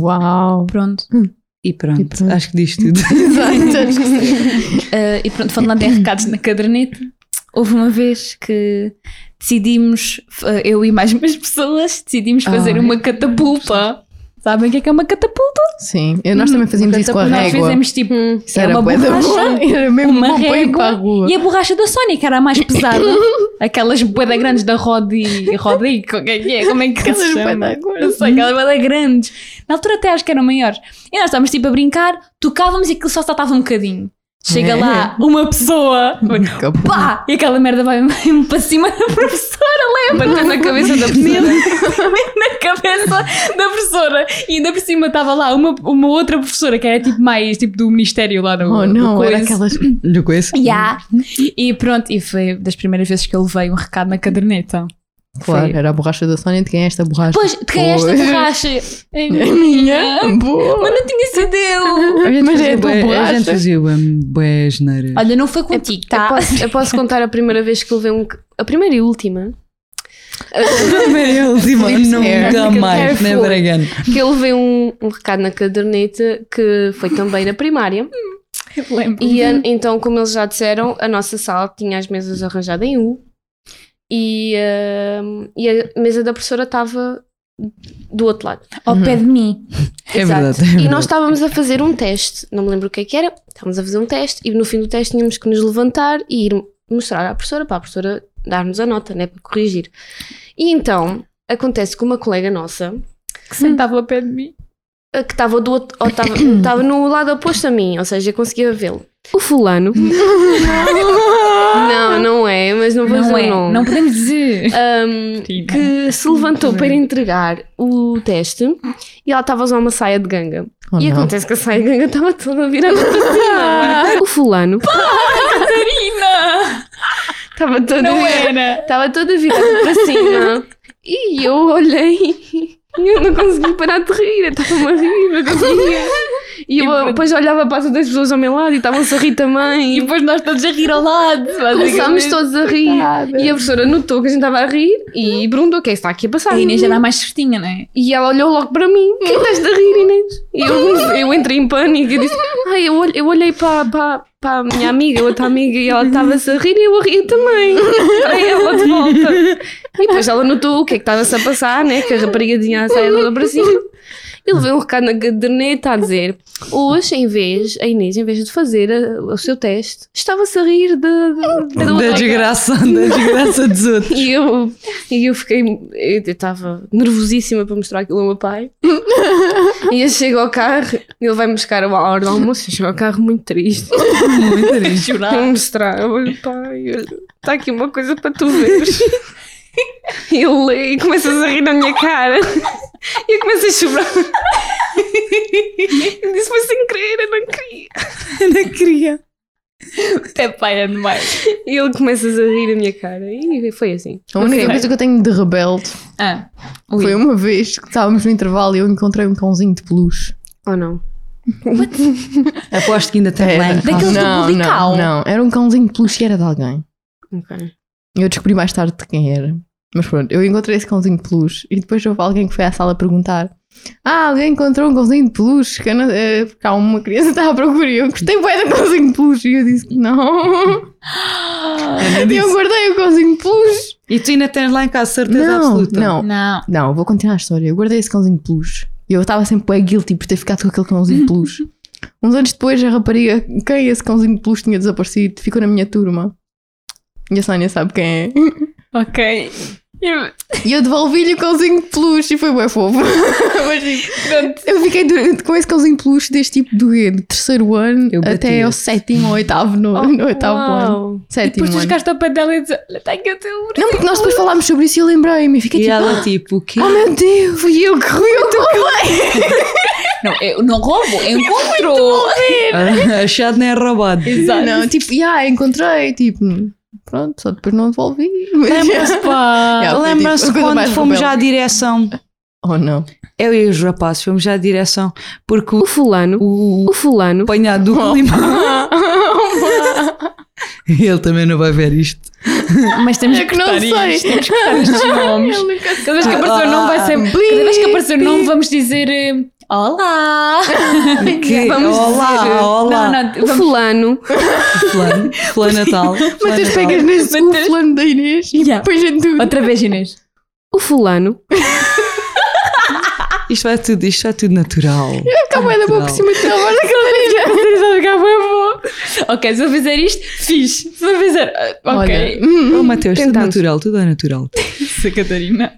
Speaker 3: Uau.
Speaker 1: Pronto.
Speaker 4: E pronto,
Speaker 3: E pronto.
Speaker 4: acho que diz tudo.
Speaker 3: Exato.
Speaker 1: Ah, e pronto, falando em recados na caderneta, houve uma vez que decidimos, ah, eu e mais umas pessoas, decidimos fazer
Speaker 3: Ah.
Speaker 4: Ai.
Speaker 1: uma catapulta. Sabem o que é que é uma catapulta?
Speaker 3: Sim. E nós também fazíamos isso com a
Speaker 1: Hum, Nós
Speaker 3: régua.
Speaker 1: fizemos tipo
Speaker 5: Hum.
Speaker 3: Isso
Speaker 1: é
Speaker 3: era
Speaker 1: uma
Speaker 3: bué da
Speaker 1: borracha,
Speaker 3: boa. Era mesmo um
Speaker 1: uma
Speaker 3: bom para ir
Speaker 1: régua
Speaker 3: para a rua.
Speaker 1: e a borracha da Sónia, que era a mais pesada. Aquelas boeda grandes da Rodi. Rodi, como é que é? Como é que se
Speaker 3: Aquelas bué
Speaker 1: chama?
Speaker 3: da gordas.
Speaker 1: Não sei, é
Speaker 3: Uhum.
Speaker 1: aquelas boeda grandes. Na altura até acho que eram maiores. E nós estávamos tipo a brincar, tocávamos e aquilo só saltava um bocadinho. Chega
Speaker 3: É.
Speaker 1: lá uma pessoa, pá! E aquela merda vai mesmo para cima da professora, lembra?
Speaker 5: na cabeça da pessoa
Speaker 1: na cabeça da professora. E ainda por cima estava lá uma, uma outra professora que era tipo mais tipo do ministério lá no.
Speaker 3: Oh
Speaker 1: no
Speaker 3: não, era Uhum.
Speaker 1: coisa.
Speaker 3: aquelas.
Speaker 4: Não conheço?
Speaker 1: Yeah. E pronto, e foi das primeiras vezes que eu levei um recado na caderneta.
Speaker 3: Claro, era a borracha da Sónia. De quem é esta borracha?
Speaker 1: Pois, de quem é esta
Speaker 3: Pois.
Speaker 1: borracha? É
Speaker 3: É minha. Boa.
Speaker 1: Mas não tinha sido eu.
Speaker 4: A gente
Speaker 3: Mas
Speaker 4: fazia
Speaker 3: é a tua
Speaker 4: bué- A
Speaker 3: borracha.
Speaker 4: gente fazia boas neiras.
Speaker 1: Olha, não foi
Speaker 3: É
Speaker 1: contigo,
Speaker 5: Eu
Speaker 1: tá?
Speaker 5: posso, eu posso contar a primeira vez que levei um. ca- A primeira e última.
Speaker 4: Primeira e última,
Speaker 3: Flips hair.
Speaker 4: tipo, nunca mais, né,
Speaker 5: Hair
Speaker 4: never
Speaker 5: flip.
Speaker 4: again.
Speaker 5: Que eu levei um, um recado na caderneta que foi também na primária.
Speaker 1: Lembro.
Speaker 5: E
Speaker 4: Uhum.
Speaker 5: a- então, como eles já disseram, a nossa sala tinha as mesas arranjadas em U. E, ah, e a mesa da professora estava do outro lado.
Speaker 1: Ao pé de mim.
Speaker 4: É
Speaker 5: Exato.
Speaker 4: verdade, é
Speaker 5: E nós
Speaker 4: verdade.
Speaker 5: estávamos a fazer um teste, não me lembro o que é que era, estávamos a fazer um teste e no fim do teste tínhamos que nos levantar e ir mostrar à professora, para a professora dar-nos a nota, né, para corrigir. E então, acontece que uma colega nossa,
Speaker 1: Que sentava ao pé de mim.
Speaker 5: a que estava do outro, ou estava- estava no lado oposto a mim, ou seja, eu conseguia vê-lo. O fulano. não, não é, mas não vou dizer
Speaker 1: Não
Speaker 5: o
Speaker 1: é,
Speaker 5: nome.
Speaker 1: não Ah, podemos dizer.
Speaker 5: Ahm, que se levantou para entregar o teste e ela estava a usar uma saia de ganga.
Speaker 3: Oh,
Speaker 5: E
Speaker 3: não.
Speaker 5: acontece que a saia ganga estava toda virada para cima. o fulano
Speaker 1: Catarina!
Speaker 5: Estava toda,
Speaker 1: Não é.
Speaker 5: vi-
Speaker 1: era.
Speaker 5: estava toda virada para cima. E eu olhei e eu não consegui parar de rir. Eu Estava-me a rir, não conseguia. E eu depois olhava para as outras pessoas ao meu lado e estavam-se a rir
Speaker 1: E
Speaker 5: também. E
Speaker 1: depois nós todos a rir ao lado.
Speaker 5: começámos todos a rir.
Speaker 1: Coitada.
Speaker 5: E a professora notou que a gente estava a rir e perguntou o que é que está aqui a passar.
Speaker 1: A Inês era a mais certinha, não é?
Speaker 5: E ela olhou logo para mim. Quem estás a rir, Inês? E eu, eu entrei em pânico e disse: Ai, eu, olhe- eu olhei para, para, para a minha amiga, outra amiga, e ela estava-se a rir e eu a rir também. Para ela de volta. E depois ela notou o que é que estava-se a passar, né? Que a rapariga tinha a saia toda para cima. E levei um recado na caderneta a dizer: Hoje, em vez, a Inês, em vez de fazer a- o seu teste, estava-se a rir da- da- da
Speaker 4: Da
Speaker 5: outra
Speaker 4: desgraça, da desgraça dos outros.
Speaker 5: e eu, e eu fiquei. Eu estava nervosíssima para mostrar aquilo ao meu pai. e eu chego ao carro, ele vai me buscar à hora do almoço. Eu chego ao carro muito triste.
Speaker 4: Muito triste.
Speaker 3: Ah.
Speaker 5: Vou mostrar. Eu olho, pai, está aqui uma coisa para tu veres. E eu leio e começas a rir na minha cara. E eu começo a chorar. Ele disse: Foi sem querer, eu não queria.
Speaker 4: Ainda queria.
Speaker 1: Até pai é demais.
Speaker 5: E ele começas a rir na minha cara. E foi assim.
Speaker 3: A única coisa que eu tenho de rebelde
Speaker 1: Ah,
Speaker 3: foi uma vez que estávamos no intervalo e eu encontrei um cãozinho de peluche.
Speaker 5: Ou não?
Speaker 4: Aposto que ainda tem né,
Speaker 3: Era.
Speaker 4: lá em casa.
Speaker 1: Daqueles do
Speaker 3: não,
Speaker 1: Bulical?
Speaker 3: não, não, era um cãozinho de peluche e era de alguém.
Speaker 5: Ok.
Speaker 3: Eu descobri mais tarde de quem era. Mas pronto, eu encontrei esse cãozinho de peluche e depois houve alguém que foi à sala perguntar: Ah, alguém encontrou um cãozinho de peluche? Que eu não- eh, porque há uma criança que estava à procura e eu gostei bué do cãozinho de peluche. E eu disse que não.
Speaker 4: Ainda
Speaker 3: E eu
Speaker 4: disse.
Speaker 3: guardei o cãozinho de peluche.
Speaker 4: E tu ainda tens lá em casa, certeza
Speaker 3: Não,
Speaker 4: absoluta.
Speaker 3: não,
Speaker 1: Não.
Speaker 3: não, vou continuar a história. Eu guardei esse cãozinho de peluche e eu estava sempre bué guilty por ter ficado com aquele cãozinho de peluche. Uns anos depois, a rapariga, quem esse cãozinho de peluche tinha desaparecido, ficou na minha turma. E a Sónia sabe quem é.
Speaker 1: Ok. Eu-
Speaker 3: E eu devolvi-lhe o cãozinho de peluche e foi bem fofo. Mas tipo, eu fiquei durante- com esse cãozinho de peluche deste tipo do quê? Do terceiro ano
Speaker 4: Eu bati
Speaker 3: até ao
Speaker 4: esse.
Speaker 3: sétimo ou oitavo, no, no oitavo ano.
Speaker 5: Uau.
Speaker 1: E
Speaker 3: Sétimo
Speaker 1: depois tu
Speaker 3: ano.
Speaker 1: chegaste ao pé dela e dizes: Olha, está aqui o teu urso.
Speaker 3: Não, porque nós depois falámos sobre isso e eu lembrei-me. e Fiquei
Speaker 4: E
Speaker 3: tipo,
Speaker 4: ela tipo, o quê?
Speaker 3: oh meu Deus, fui eu que fui eu que
Speaker 1: Não, eu não roubo, eu encontro.
Speaker 4: Ah, Achado não é roubado.
Speaker 1: Exato.
Speaker 3: Não, tipo, yeah, encontrei, tipo, pronto, só depois não devolvi. É, Mas,
Speaker 4: Lembra-se, pá.
Speaker 3: Yeah, foi
Speaker 4: Lembra-se
Speaker 3: tipo a coisa
Speaker 4: quando
Speaker 3: mais
Speaker 4: fomos
Speaker 3: rebelde.
Speaker 4: já à direção.
Speaker 3: oh não.
Speaker 4: Eu e os rapazes fomos já à direção. Porque o
Speaker 5: O fulano,
Speaker 4: o
Speaker 5: o fulano
Speaker 4: apanhado do
Speaker 3: Oh.
Speaker 4: limão. Ele também não vai ver isto.
Speaker 1: Mas temos
Speaker 3: É que não sei.
Speaker 1: Temos que cortar estes nomes. Cada vez que aparecer o nome vai ser. Cada vez que aparecer o nome, vamos dizer. eh, Olá!
Speaker 4: Que?
Speaker 5: Vamos
Speaker 4: olá,
Speaker 5: dizer-
Speaker 4: olá.
Speaker 1: Não, não,
Speaker 5: O
Speaker 1: vamos-
Speaker 5: fulano.
Speaker 4: Fulano, fulano Natal.
Speaker 3: Mas
Speaker 4: fulano
Speaker 3: tu
Speaker 4: tal.
Speaker 3: pegas nesse
Speaker 1: Mas tens-
Speaker 3: fulano da Inês e
Speaker 1: Yeah.
Speaker 3: depois em tudo.
Speaker 1: Outra vez, Inês.
Speaker 5: O fulano.
Speaker 4: Isto vai tudo, isto vai tudo natural.
Speaker 3: Acabou Tá da boa por
Speaker 4: Natural.
Speaker 3: cima de agora.
Speaker 1: Está a ficar bem bom. Ok, se eu fizer isto, fiz. Se eu fizer. ah, Ok.
Speaker 3: hum.
Speaker 4: Oh, Mateus, tudo
Speaker 5: Tentamos.
Speaker 4: natural, tudo é natural.
Speaker 1: Olha, Catarina.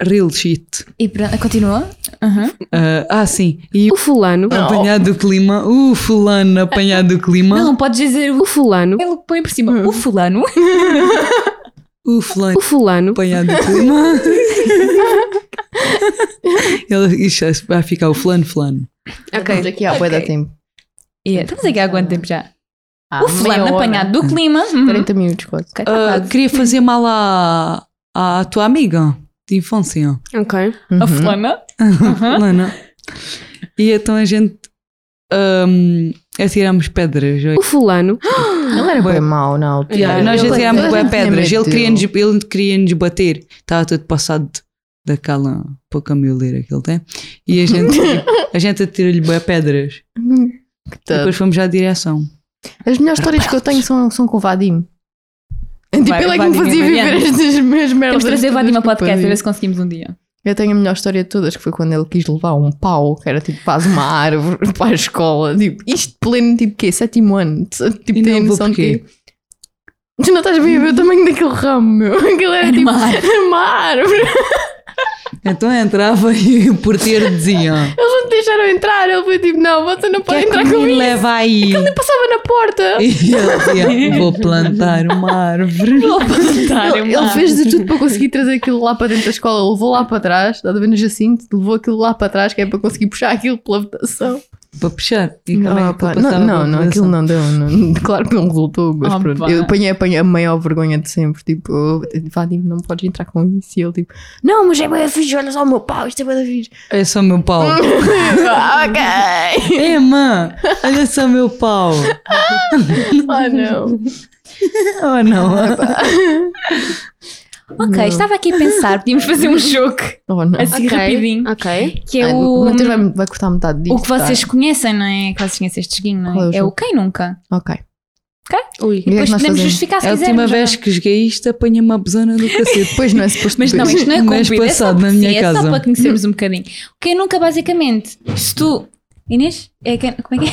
Speaker 4: Real shit.
Speaker 1: E pronto, continua.
Speaker 4: Ah, ah, sim. E o
Speaker 5: O fulano.
Speaker 4: apanhado do clima. O fulano apanhado do clima.
Speaker 1: Não, podes dizer o.
Speaker 5: O fulano.
Speaker 1: Ele põe por cima. O fulano.
Speaker 4: O fulano
Speaker 5: O fulano.
Speaker 4: apanhado do clima. Ele, isto vai ficar o fulano, fulano.
Speaker 3: Estamos aqui há boa da tempo.
Speaker 1: Yeah, estamos aqui há quanto tempo já?
Speaker 3: Há
Speaker 1: o fulano
Speaker 3: Ah, meia hora.
Speaker 1: apanhado do clima. Hum.
Speaker 3: 30 minutos quase.
Speaker 1: Ah, Ok, tá
Speaker 4: Ah,
Speaker 1: quase.
Speaker 4: queria fazer mal à, à tua amiga de infância,
Speaker 5: Ok.
Speaker 3: uhum.
Speaker 1: A fulana.
Speaker 4: Lana. E então a gente ahm, atiramos pedras.
Speaker 5: O fulano.
Speaker 3: Ele era bem mau na altura.
Speaker 4: Yeah, nós
Speaker 3: Ele-
Speaker 4: atirámos
Speaker 3: ele
Speaker 4: bué
Speaker 3: tinha
Speaker 4: é pedras.
Speaker 3: medo
Speaker 4: Ele queria-nos
Speaker 3: dele.
Speaker 4: ele queria bater. Estava todo passado daquela pouca mioleira que ele tem. E a gente, a gente atira-lhe bué pedras.
Speaker 3: Tá.
Speaker 4: Depois fomos já à direção.
Speaker 3: As melhores histórias que eu tenho são, são com o Vadim. Tipo,
Speaker 1: Vai-
Speaker 3: ele é que me
Speaker 1: Vadim
Speaker 3: fazia
Speaker 1: é
Speaker 3: viver
Speaker 1: brilhante.
Speaker 3: estas minhas merdas.
Speaker 1: Temos de trazer o Vadim
Speaker 3: todas
Speaker 1: a
Speaker 3: que eu
Speaker 1: podcast, a
Speaker 3: fazia.
Speaker 1: ver se conseguimos um dia.
Speaker 3: Eu tenho a melhor história de todas, que foi quando ele quis levar um pau, que era tipo quase uma árvore para a escola. Tipo, isto pleno, tipo quê? Sétimo ano. Tipo, tem
Speaker 4: E não vou
Speaker 3: noção de
Speaker 4: porquê.
Speaker 3: quê? Tu não estás a ver o tamanho daquele ramo, meu. Aquilo era,
Speaker 1: Era
Speaker 3: tipo
Speaker 1: uma árvore.
Speaker 3: uma árvore.
Speaker 4: Então entrava e o porteiro dizia:
Speaker 3: Eles não te deixaram entrar. Ele foi tipo, não, você não pode
Speaker 4: Quer
Speaker 3: entrar
Speaker 4: que me
Speaker 3: comigo.
Speaker 4: leva aí?
Speaker 3: Passava na porta.
Speaker 4: E ele dizia: Vou plantar uma árvore.
Speaker 1: é
Speaker 3: Ele, ele fez de tudo para conseguir trazer aquilo lá para dentro da escola. Levou lá para trás, dado a ver no Jacinto, levou aquilo lá para trás, que é para conseguir puxar aquilo pela votação.
Speaker 4: para puxar. E como é
Speaker 3: Ah,
Speaker 4: que
Speaker 3: pá,
Speaker 4: eu passava
Speaker 3: não, não,
Speaker 4: pela
Speaker 3: não,
Speaker 4: operação?
Speaker 3: aquilo não deu. não- claro que não resultou, mas
Speaker 1: Oh,
Speaker 3: pronto.
Speaker 1: pá.
Speaker 3: Eu apanhei, apanhei a maior vergonha de sempre. Tipo, eu, vá, tipo, não podes entrar com isso. E ele, tipo, não, mas é bem fixe, olha só o meu pau, isto é bem fixe.
Speaker 4: Olha só o meu pau.
Speaker 3: ok.
Speaker 4: é, mãe, olha só o meu pau.
Speaker 3: Ah, não.
Speaker 4: Oh, não.
Speaker 1: Ok, estava aqui a pensar, podíamos fazer um jogo
Speaker 3: Oh, não.
Speaker 1: assim rapidinho.
Speaker 5: Ok.
Speaker 1: Que é
Speaker 3: Ai,
Speaker 1: o.
Speaker 3: o Matheus vai, vai cortar metade disto. tá?
Speaker 1: O que vocês conhecem, não é? Que vocês conhecem este joguinho,
Speaker 3: Qual é
Speaker 1: não
Speaker 3: o
Speaker 1: é? É,
Speaker 3: jogo?
Speaker 1: o quem nunca.
Speaker 3: tá? Ok.
Speaker 5: Ui.
Speaker 3: E o que é
Speaker 1: Depois
Speaker 3: que nós
Speaker 1: podemos
Speaker 3: fazemos?
Speaker 1: justificar se
Speaker 4: É a
Speaker 1: quisermos.
Speaker 4: última
Speaker 1: ou
Speaker 4: vez
Speaker 1: não.
Speaker 4: que joguei isto, apanha uma abusona do cacete.
Speaker 3: Depois não é suposto
Speaker 1: Mas não,
Speaker 3: beber.
Speaker 1: isto não é
Speaker 4: Mas
Speaker 1: convida, é só
Speaker 4: passado
Speaker 1: por
Speaker 4: na
Speaker 1: si,
Speaker 4: minha
Speaker 1: É
Speaker 4: casa.
Speaker 1: só para conhecermos um bocadinho. O quem nunca, basicamente, se tu. Inês? É quem... Como é que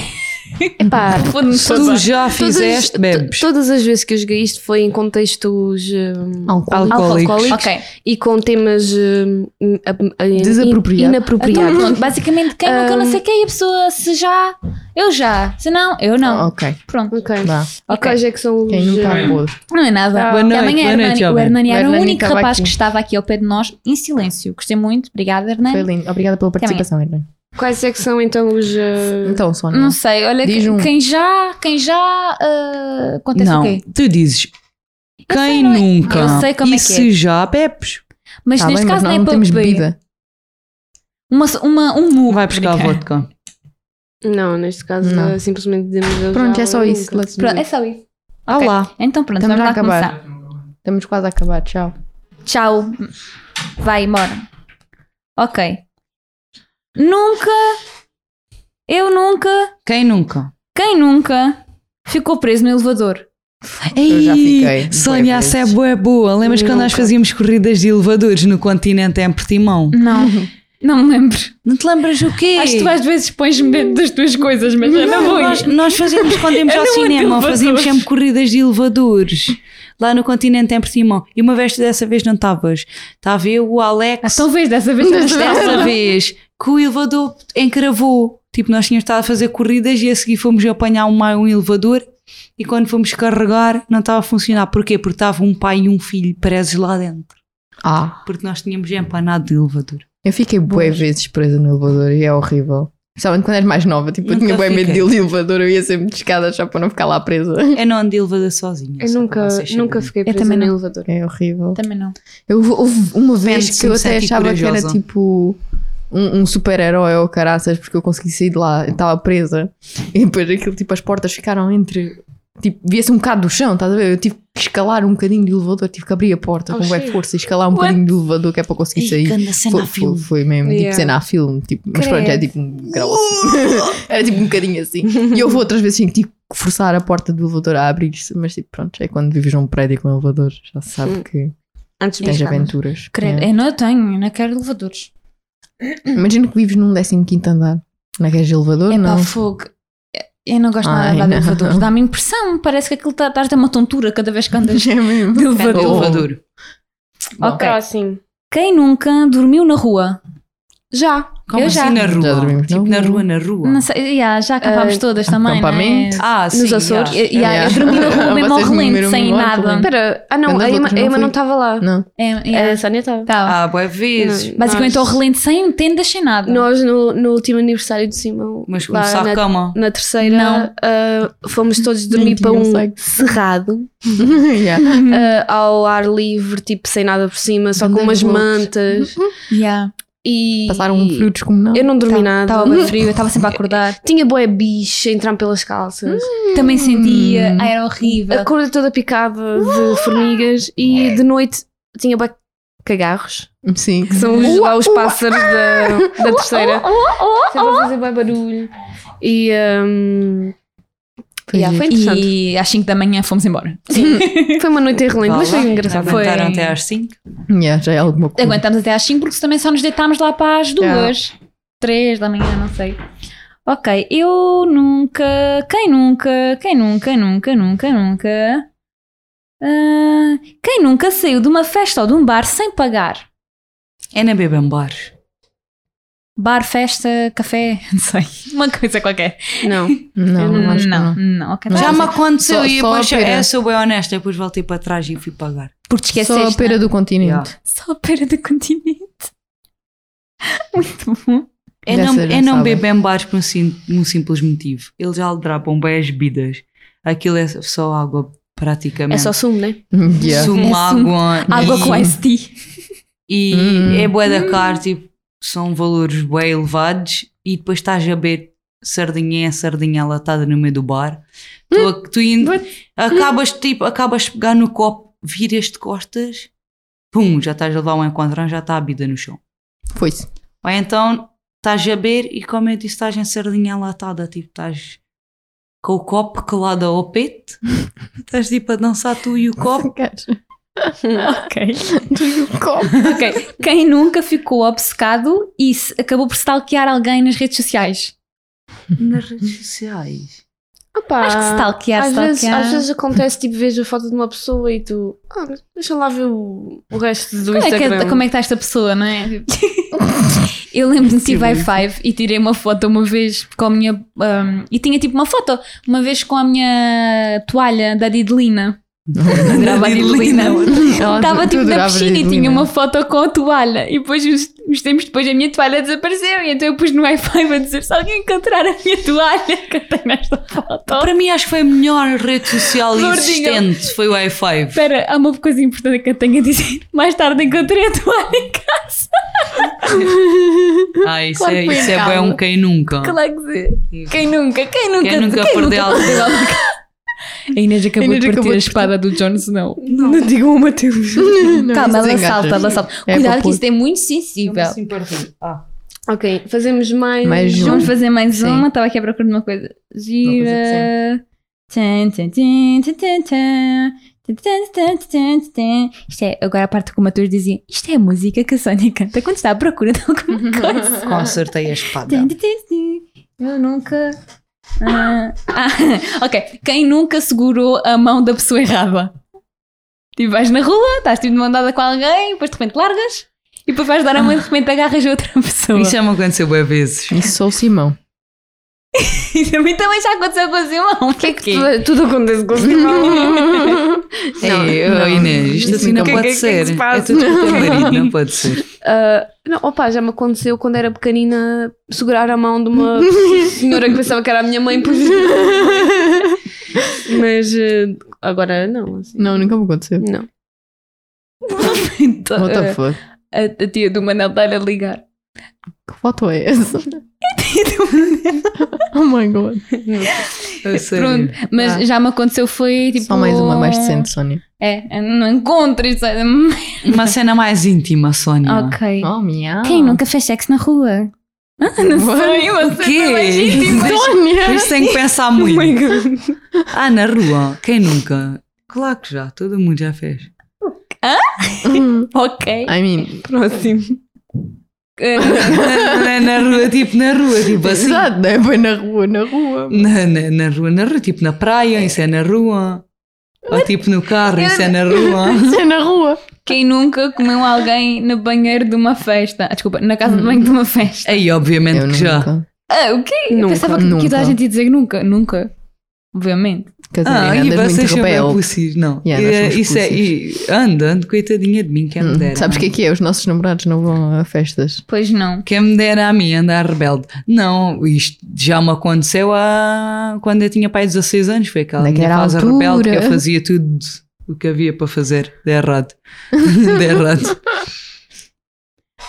Speaker 5: Epá,
Speaker 1: é? Confunde-me
Speaker 4: Se tu
Speaker 1: todas.
Speaker 4: já
Speaker 5: todas-
Speaker 4: fizeste,
Speaker 5: to-
Speaker 4: bebes.
Speaker 5: Todas as vezes que eu joguei isto foi em contextos hum,
Speaker 1: é um
Speaker 3: Álcool.
Speaker 4: Alcoólicos.
Speaker 5: alcoólicos
Speaker 1: Ok.
Speaker 5: e com temas hum, a- a- in-
Speaker 3: Desapropriado.
Speaker 1: Então,
Speaker 5: inapropriados.
Speaker 1: pronto, basicamente, quem nunca, não sei quem, a pessoa, se já, eu já, se não, eu não.
Speaker 3: Ok,
Speaker 1: Pronto.
Speaker 5: Ok.
Speaker 3: vá.
Speaker 5: E
Speaker 1: Ok.
Speaker 5: quais é que são os.
Speaker 3: Quem
Speaker 5: hum,
Speaker 3: nunca pôde.
Speaker 1: Não é nada.
Speaker 5: Ah,
Speaker 1: Porque
Speaker 4: boa noite,
Speaker 1: amanhã
Speaker 4: boa
Speaker 1: o
Speaker 4: noite,
Speaker 1: Hernani- o
Speaker 4: jovem.
Speaker 1: Hernani era
Speaker 3: O
Speaker 1: o
Speaker 3: Hernani
Speaker 1: único
Speaker 3: estava
Speaker 1: rapaz
Speaker 3: aqui.
Speaker 1: que estava aqui ao pé de nós, em silêncio. Gostei muito. Obrigada,
Speaker 3: Foi
Speaker 1: Hernani.
Speaker 3: lindo. Obrigada pela
Speaker 1: Até
Speaker 3: participação, Irene.
Speaker 5: Quais é que são então os. hum,
Speaker 3: Então, Sónia.
Speaker 1: Não sei, olha,
Speaker 3: Diz
Speaker 1: que-
Speaker 3: um.
Speaker 1: quem já, quem já ah, acontece
Speaker 4: Não,
Speaker 1: o quê?
Speaker 4: tu dizes. Quem
Speaker 1: não é?
Speaker 4: nunca?
Speaker 1: Eu sei como
Speaker 4: e
Speaker 1: é que é.
Speaker 4: se já bebes,
Speaker 1: Mas
Speaker 3: Tá
Speaker 1: neste
Speaker 3: bem, mas
Speaker 1: caso não
Speaker 3: nós
Speaker 1: é
Speaker 3: não
Speaker 1: para
Speaker 3: temos
Speaker 1: beber.
Speaker 3: bebida.
Speaker 1: Uma, uma, um murro.
Speaker 4: vai buscar a vodka.
Speaker 5: Não, neste caso
Speaker 3: Não.
Speaker 5: ah, simplesmente dizemos. eu
Speaker 3: Pronto,
Speaker 5: já
Speaker 3: é só isso.
Speaker 5: nunca.
Speaker 3: Let's do
Speaker 1: Pronto, é
Speaker 3: it.
Speaker 1: só isso.
Speaker 4: Ah
Speaker 1: Ok.
Speaker 4: lá.
Speaker 1: Então pronto,
Speaker 3: Estamos
Speaker 1: vamos lá
Speaker 3: a acabar.
Speaker 1: começar.
Speaker 3: Estamos quase a acabar. Tchau.
Speaker 1: Tchau. Vai, embora. Ok. Nunca, eu nunca,
Speaker 4: Quem nunca?
Speaker 1: quem nunca ficou preso no elevador?
Speaker 4: Ei,
Speaker 3: já fiquei, bué
Speaker 4: Sónia, essa é
Speaker 3: vezes.
Speaker 4: boa, boa. Lembras quando nós
Speaker 5: Nunca.
Speaker 4: fazíamos corridas de elevadores no continente em Portimão?
Speaker 1: Não, não me lembro.
Speaker 4: Não te lembras o quê?
Speaker 1: Acho que tu às vezes pões-me dentro das tuas coisas, mas eu não vou.
Speaker 4: nós, nós fazíamos quando íamos
Speaker 1: Eu
Speaker 4: ao
Speaker 1: não ando
Speaker 4: cinema,
Speaker 1: elevadores.
Speaker 4: fazíamos sempre corridas de elevadores lá no continente em Portimão. E uma vez dessa vez não estavas. Estava eu, o Alex.
Speaker 1: Então vês dessa vez
Speaker 4: Mas dessa vez que o elevador encravou. Tipo, nós tínhamos estado a fazer corridas e a seguir fomos apanhar um, um elevador e quando fomos carregar não estava a funcionar. Porquê? Porque estava um pai e um filho presos lá dentro.
Speaker 3: Ah,
Speaker 4: Porque nós tínhamos empanado de elevador.
Speaker 3: eu fiquei bué vezes presa no elevador e é horrível. Principalmente quando és mais nova, tipo, eu
Speaker 4: Nunca
Speaker 3: tinha bué medo de
Speaker 4: fiquei.
Speaker 3: elevador, eu ia sempre de escada só para não ficar lá presa.
Speaker 4: Eu não ando de elevador sozinha.
Speaker 5: é, Eu
Speaker 4: só para
Speaker 5: nunca,
Speaker 4: vocês
Speaker 5: nunca
Speaker 4: saberem.
Speaker 5: fiquei
Speaker 1: Eu
Speaker 5: presa
Speaker 1: também
Speaker 5: no
Speaker 1: não.
Speaker 5: elevador.
Speaker 3: É horrível.
Speaker 1: Também não.
Speaker 3: Eu, houve uma vez
Speaker 4: Desde
Speaker 3: que eu
Speaker 4: que me
Speaker 3: até
Speaker 4: senti
Speaker 3: achava que era
Speaker 4: corajosa.
Speaker 3: tipo um, um super-herói ou caraças, porque eu consegui sair de lá, eu estava presa. E depois aquilo, tipo, as portas ficaram entre. Tipo, via-se um bocado do chão, estás a ver? Eu tive que escalar um bocadinho de elevador, tive que abrir a porta
Speaker 5: Oh,
Speaker 3: com bué
Speaker 5: shit.
Speaker 3: força e escalar um
Speaker 1: What?
Speaker 3: bocadinho de elevador que é para conseguir
Speaker 4: Ih,
Speaker 3: sair.
Speaker 4: ganda cena
Speaker 3: Foi,
Speaker 4: a
Speaker 3: foi,
Speaker 4: filme.
Speaker 3: foi mesmo,
Speaker 5: Yeah.
Speaker 3: tipo cena a filme, tipo, mas pronto,
Speaker 5: Credo.
Speaker 3: é tipo um grau. Era tipo um bocadinho assim. E houve outras vezes em que tive que forçar a porta do elevador a abrir-se, mas tipo, pronto, é quando vives num prédio com elevador, já se sabe
Speaker 5: Hum.
Speaker 3: que
Speaker 5: Antes
Speaker 3: tens
Speaker 5: de
Speaker 3: aventuras.
Speaker 1: Credo. É.
Speaker 3: É.
Speaker 1: Eu não tenho, eu não quero elevadores.
Speaker 3: Imagina que vives num 15 andar. Não é que és elevador?
Speaker 1: É pá,
Speaker 3: não.
Speaker 1: fogo. Eu não gosto
Speaker 3: Ai,
Speaker 1: nada de
Speaker 3: não.
Speaker 1: elevadores. Dá-me impressão. Parece que aquilo tá- estás a ter uma tontura cada vez que andas
Speaker 3: É mesmo.
Speaker 1: de
Speaker 4: Ando de
Speaker 1: elevador.
Speaker 4: elevador.
Speaker 1: Ok.
Speaker 5: Próximo.
Speaker 1: Quem nunca dormiu na rua? Já.
Speaker 4: Como
Speaker 1: eu
Speaker 4: assim
Speaker 1: já.
Speaker 4: na rua?
Speaker 3: Já dormimos
Speaker 4: tipo,
Speaker 3: na
Speaker 4: na
Speaker 3: rua.
Speaker 4: rua, na rua.
Speaker 1: Não sei, yeah, já acampámos todas também. Né?
Speaker 3: acampamento.
Speaker 4: Ah, sim.
Speaker 5: Açores.
Speaker 4: já.
Speaker 1: Eu- yeah,
Speaker 3: Yeah.
Speaker 1: Eu dormi na rua mesmo ao
Speaker 3: Vocês
Speaker 1: relento,
Speaker 3: dormiram
Speaker 1: sem
Speaker 3: no
Speaker 1: nada.
Speaker 3: ar,
Speaker 5: Espera, ah não,
Speaker 3: Quando
Speaker 5: a
Speaker 3: as
Speaker 5: Emma,
Speaker 3: outras
Speaker 5: a
Speaker 3: não
Speaker 5: Emma não
Speaker 3: fui.
Speaker 5: estava lá. Eh,
Speaker 3: Não.
Speaker 1: É, yeah,
Speaker 5: A Sónia estava.
Speaker 1: tá.
Speaker 4: Ah, boa vezes.
Speaker 1: Basicamente ao relento, sem tendas, sem nada.
Speaker 5: Nós, no, no último aniversário do Simão,
Speaker 4: Mas com um
Speaker 5: lá
Speaker 4: a
Speaker 5: na,
Speaker 4: cama.
Speaker 5: na terceira,
Speaker 1: Não.
Speaker 5: ah, fomos todos dormir para
Speaker 3: tinha
Speaker 5: um
Speaker 3: saco.
Speaker 5: cerrado,
Speaker 3: Yeah.
Speaker 5: ah, ao ar livre, tipo sem nada por cima, só com
Speaker 3: Grandes
Speaker 5: umas
Speaker 3: loucos.
Speaker 5: mantas.
Speaker 1: Yeah.
Speaker 5: E
Speaker 3: Passaram um frio descomunal.
Speaker 5: Eu não dormi nada.
Speaker 1: Estava bem frio, eu estava sempre a acordar.
Speaker 5: Tinha boé bicho a entrar pelas calças.
Speaker 1: Também sentia, ai, era horrível.
Speaker 5: A cor toda picada de formigas e de noite tinha bué cagarros,
Speaker 3: Sim.
Speaker 5: que são os, lá os pássaros da, da terceira. Sempre a fazer bué barulho. E hum,
Speaker 3: Pois
Speaker 5: yeah,
Speaker 3: é.
Speaker 5: foi interessante.
Speaker 1: E às 5 da manhã fomos embora.
Speaker 5: Foi uma noite em relento, mas foi
Speaker 4: Vá lá.
Speaker 5: engraçado.
Speaker 1: Foi-
Speaker 4: Aguentaram até às 5.
Speaker 3: Yeah, já é alguma coisa.
Speaker 1: Aguentámos até às 5 porque também só nos deitámos lá para
Speaker 3: Tá.
Speaker 1: as duas, três da manhã, não sei. Ok, eu nunca, quem nunca, quem nunca, nunca, nunca, nunca. ah, quem nunca saiu de uma festa ou de um bar sem pagar?
Speaker 4: É na Bebambar.
Speaker 1: Bar, festa, café, não sei, uma coisa qualquer.
Speaker 5: Não.
Speaker 3: Não, não acho que
Speaker 1: não,
Speaker 3: não.
Speaker 1: não, ok.
Speaker 4: Já
Speaker 1: tá.
Speaker 4: me aconteceu
Speaker 3: Só-
Speaker 4: e
Speaker 3: só
Speaker 4: depois,
Speaker 3: a pera.
Speaker 4: eu sou bem honesta, depois voltei para trás e fui pagar.
Speaker 1: Porque esqueceste. é?
Speaker 3: Só a pera do continente.
Speaker 1: Só a pera do continente. Muito bom.
Speaker 4: É
Speaker 3: Dessas
Speaker 4: não,
Speaker 3: já
Speaker 4: é não
Speaker 3: sabem.
Speaker 4: beber em bares por um, sim- um simples motivo. Eles já drapam bem as bebidas. Aquilo é só água,
Speaker 5: É
Speaker 4: praticamente.
Speaker 5: só sumo, né?
Speaker 3: Yeah.
Speaker 4: sumo,
Speaker 1: É sumo.
Speaker 4: água.
Speaker 1: Água
Speaker 4: e-
Speaker 1: com iced tea.
Speaker 4: E
Speaker 3: Hum.
Speaker 4: é bué da caro, tipo, são valores bem elevados e depois estás a beber sardinha, é sardinha latada no meio do bar. Tu, a- tu ainda-
Speaker 3: Hum. What?
Speaker 4: acabas, tipo, acabas de pegar no copo, viras de costas, pum, já estás a levar um encontrão, já está a bebida no chão.
Speaker 3: Foi-se.
Speaker 4: Ou então estás a beber e como eu disse, estás em sardinha latada, tipo, estás com o copo colado ao peito, estás tipo a dançar tu e o copo.
Speaker 1: Ok.
Speaker 3: Copo.
Speaker 1: Ok. Quem nunca ficou obcecado e se- acabou por stalkear alguém nas redes sociais?
Speaker 4: Nas redes sociais.
Speaker 5: Opa,
Speaker 1: Acho que stalkear,
Speaker 5: Ah, às vezes,
Speaker 1: stalkear.
Speaker 5: às vezes acontece, tipo, vejo a foto de uma pessoa e tu... Ah, deixa lá ver o, o resto do
Speaker 1: Como é, que,
Speaker 5: Instagram.
Speaker 1: como é que está esta pessoa, não é? Eu lembro-me de tive i5 e tirei uma foto uma vez com a minha. ahm, e tinha tipo uma foto, uma vez com a minha toalha da Didelina. Adorava a Didelina.
Speaker 3: Ah,
Speaker 1: Estava tipo na piscina e tinha uma foto com a toalha. E depois, uns, uns tempos depois, a minha toalha desapareceu. E então eu pus no i5 a dizer: se alguém encontrar a minha toalha, que eu tenho esta foto.
Speaker 4: Para mim, acho que foi a melhor rede social
Speaker 1: Lourdinha.
Speaker 4: existente. Foi o i5.
Speaker 1: Espera, há uma coisa importante que eu tenho a dizer. Mais tarde encontrei a toalha em casa.
Speaker 4: Ah, isso
Speaker 1: Claro
Speaker 4: é,
Speaker 1: que foi
Speaker 4: isso é
Speaker 1: calma.
Speaker 4: bem um quem nunca.
Speaker 1: Claro é que sim. Quem nunca? Quem nunca?
Speaker 4: Quem nunca perdeu algo?
Speaker 1: A Inês acabou
Speaker 3: A Inês
Speaker 1: de partir
Speaker 3: acabou
Speaker 1: a
Speaker 3: de
Speaker 1: espada do Jon Snow.
Speaker 5: Não, digam ao Mateus.
Speaker 1: Calma, ela
Speaker 3: desengajas.
Speaker 1: salta, ela salta.
Speaker 3: É
Speaker 1: Cuidado
Speaker 3: para
Speaker 1: que
Speaker 3: pôr.
Speaker 1: isto é muito sensível.
Speaker 5: ok, fazemos mais...
Speaker 3: Mais um.
Speaker 1: Vamos fazer mais
Speaker 3: Sim.
Speaker 1: uma. Estava aqui à procura de uma coisa. Gira. Tan, tan, tan, tan, tan, tan. Tan, tan, tan, tan, tan, tan. Isto é, agora a parte que o Matheus dizia, isto é a música que a Sónia canta quando está à procura de alguma coisa.
Speaker 4: Consertei a espada.
Speaker 1: Tan, tan, tan, tan. Eu nunca. Ah, ah, ok, quem nunca segurou a mão da pessoa errada? Tipo, vais na rua, estás tipo de mão dada com alguém, depois de repente largas e depois vais dar a mão e de repente agarras outra pessoa.
Speaker 4: Isso é já me aconteceu bem vezes.
Speaker 3: Isso sou o Simão. é
Speaker 1: Isso a um mim também já aconteceu com o Simão. Porquê?
Speaker 5: Tudo, tudo acontece com o Simão. Não,
Speaker 4: Ei, oh,
Speaker 3: não.
Speaker 4: Inês, isto
Speaker 3: Isso
Speaker 4: assim não
Speaker 3: nunca-
Speaker 4: pode
Speaker 5: Que- que- que
Speaker 4: ser.
Speaker 5: que se
Speaker 4: é
Speaker 5: passa?
Speaker 4: tudo com o marido, não pode ser.
Speaker 5: Ah, não, opa, já me aconteceu quando era pequenina segurar a mão de uma senhora que pensava que era a minha mãe. Por... assim, Mas ah, agora não, assim.
Speaker 3: Não, nunca me aconteceu.
Speaker 5: Não.
Speaker 1: Então,
Speaker 3: What the fuck?
Speaker 1: a, a tia do Manel está-lhe a ligar.
Speaker 3: Que foto é essa? oh my god.
Speaker 4: Eu sei.
Speaker 1: Pronto, mas
Speaker 3: Ah.
Speaker 1: já me aconteceu foi tipo.
Speaker 3: Só mais uma mais decente, Sónia.
Speaker 1: É, não encontro isso.
Speaker 4: Uma cena mais íntima, Sónia.
Speaker 1: Ok.
Speaker 3: Oh, miau.
Speaker 1: Quem nunca fez sexo na rua? Ah, não sei, mas
Speaker 4: O quê?
Speaker 3: Sónia!
Speaker 4: Isto tem que pensar
Speaker 1: Oh
Speaker 4: muito. Ah, na rua, quem nunca? Claro que já, todo mundo já fez.
Speaker 1: Ok.
Speaker 3: hum, I mean,
Speaker 5: Próximo.
Speaker 1: Ah,
Speaker 4: Na, na- na rua, tipo, na rua, tipo assim.
Speaker 3: exato, não é? Foi na rua, na rua.
Speaker 4: Na, na, na rua, na rua, tipo na praia, isso é na rua. Ou tipo no carro, isso é na rua.
Speaker 3: Isso é na rua.
Speaker 1: Quem nunca comeu alguém no banheiro de uma festa? Ah, desculpa, na casa de banho de uma festa.
Speaker 4: Aí, obviamente
Speaker 3: Eu
Speaker 4: que já.
Speaker 3: nunca.
Speaker 1: Ah, o quê? Eu
Speaker 5: Nunca,
Speaker 1: pensava que, que toda a
Speaker 3: nunca.
Speaker 1: gente ia dizer nunca. Nunca. Obviamente.
Speaker 3: Catarina,
Speaker 4: Ah, e
Speaker 3: andas
Speaker 4: vocês
Speaker 3: é muito
Speaker 4: são bem
Speaker 3: rebelde.
Speaker 4: pussis, não.
Speaker 3: Yeah, nós
Speaker 4: Eh,
Speaker 3: somos
Speaker 4: isso é, e, anda, anda, coitadinha de mim, quem me
Speaker 3: Hum,
Speaker 4: dera.
Speaker 3: Sabes o que é que é? Os nossos namorados não vão a festas.
Speaker 1: Pois não.
Speaker 4: Quem me dera a mim andar rebelde. Não, isto já me aconteceu há, quando eu tinha pai 16 anos. Foi aquela minha
Speaker 3: Naquela
Speaker 4: fase
Speaker 3: altura.
Speaker 4: rebelde que eu fazia tudo o que havia para fazer de errado. de errado.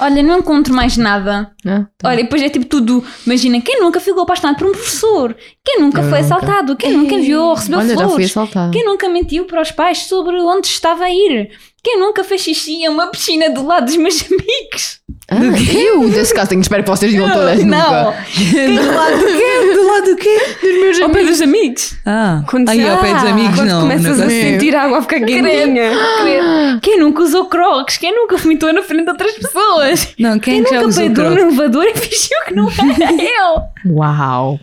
Speaker 1: Olha, não encontro mais nada.
Speaker 3: Ah, tá.
Speaker 1: Olha, e depois é tipo tudo. Imagina, quem nunca ficou apaixonado por um professor? Quem nunca
Speaker 3: Eu
Speaker 1: foi
Speaker 3: nunca.
Speaker 1: assaltado? Quem nunca enviou ou recebeu
Speaker 3: Olha, já fui
Speaker 1: flores?
Speaker 3: assaltada.
Speaker 1: Quem nunca mentiu para os pais sobre onde estava a ir? Quem nunca fez xixi a uma piscina do lado dos meus amigos?
Speaker 3: Ah, eu, desse caso, tenho espero que vocês digam todas
Speaker 1: não!
Speaker 3: nunca.
Speaker 4: do lado do quê? Do lado do quê?
Speaker 1: Ao pé dos amigos?
Speaker 4: Ah,
Speaker 5: Quando-
Speaker 4: aí ao pé dos
Speaker 1: Ah,
Speaker 4: amigos,
Speaker 5: Quando
Speaker 4: não.
Speaker 5: começas
Speaker 4: não
Speaker 5: a
Speaker 3: é.
Speaker 4: consigo.
Speaker 5: sentir a água ficar quentinha.
Speaker 1: Credo. Quem nunca usou crocs? Quem nunca vomitou na frente de outras pessoas?
Speaker 4: Não,
Speaker 1: Quem,
Speaker 4: quem, já
Speaker 1: nunca
Speaker 4: usou
Speaker 1: peidou no
Speaker 4: crocs?
Speaker 1: elevador e fingiu que não era eu?
Speaker 3: Uau.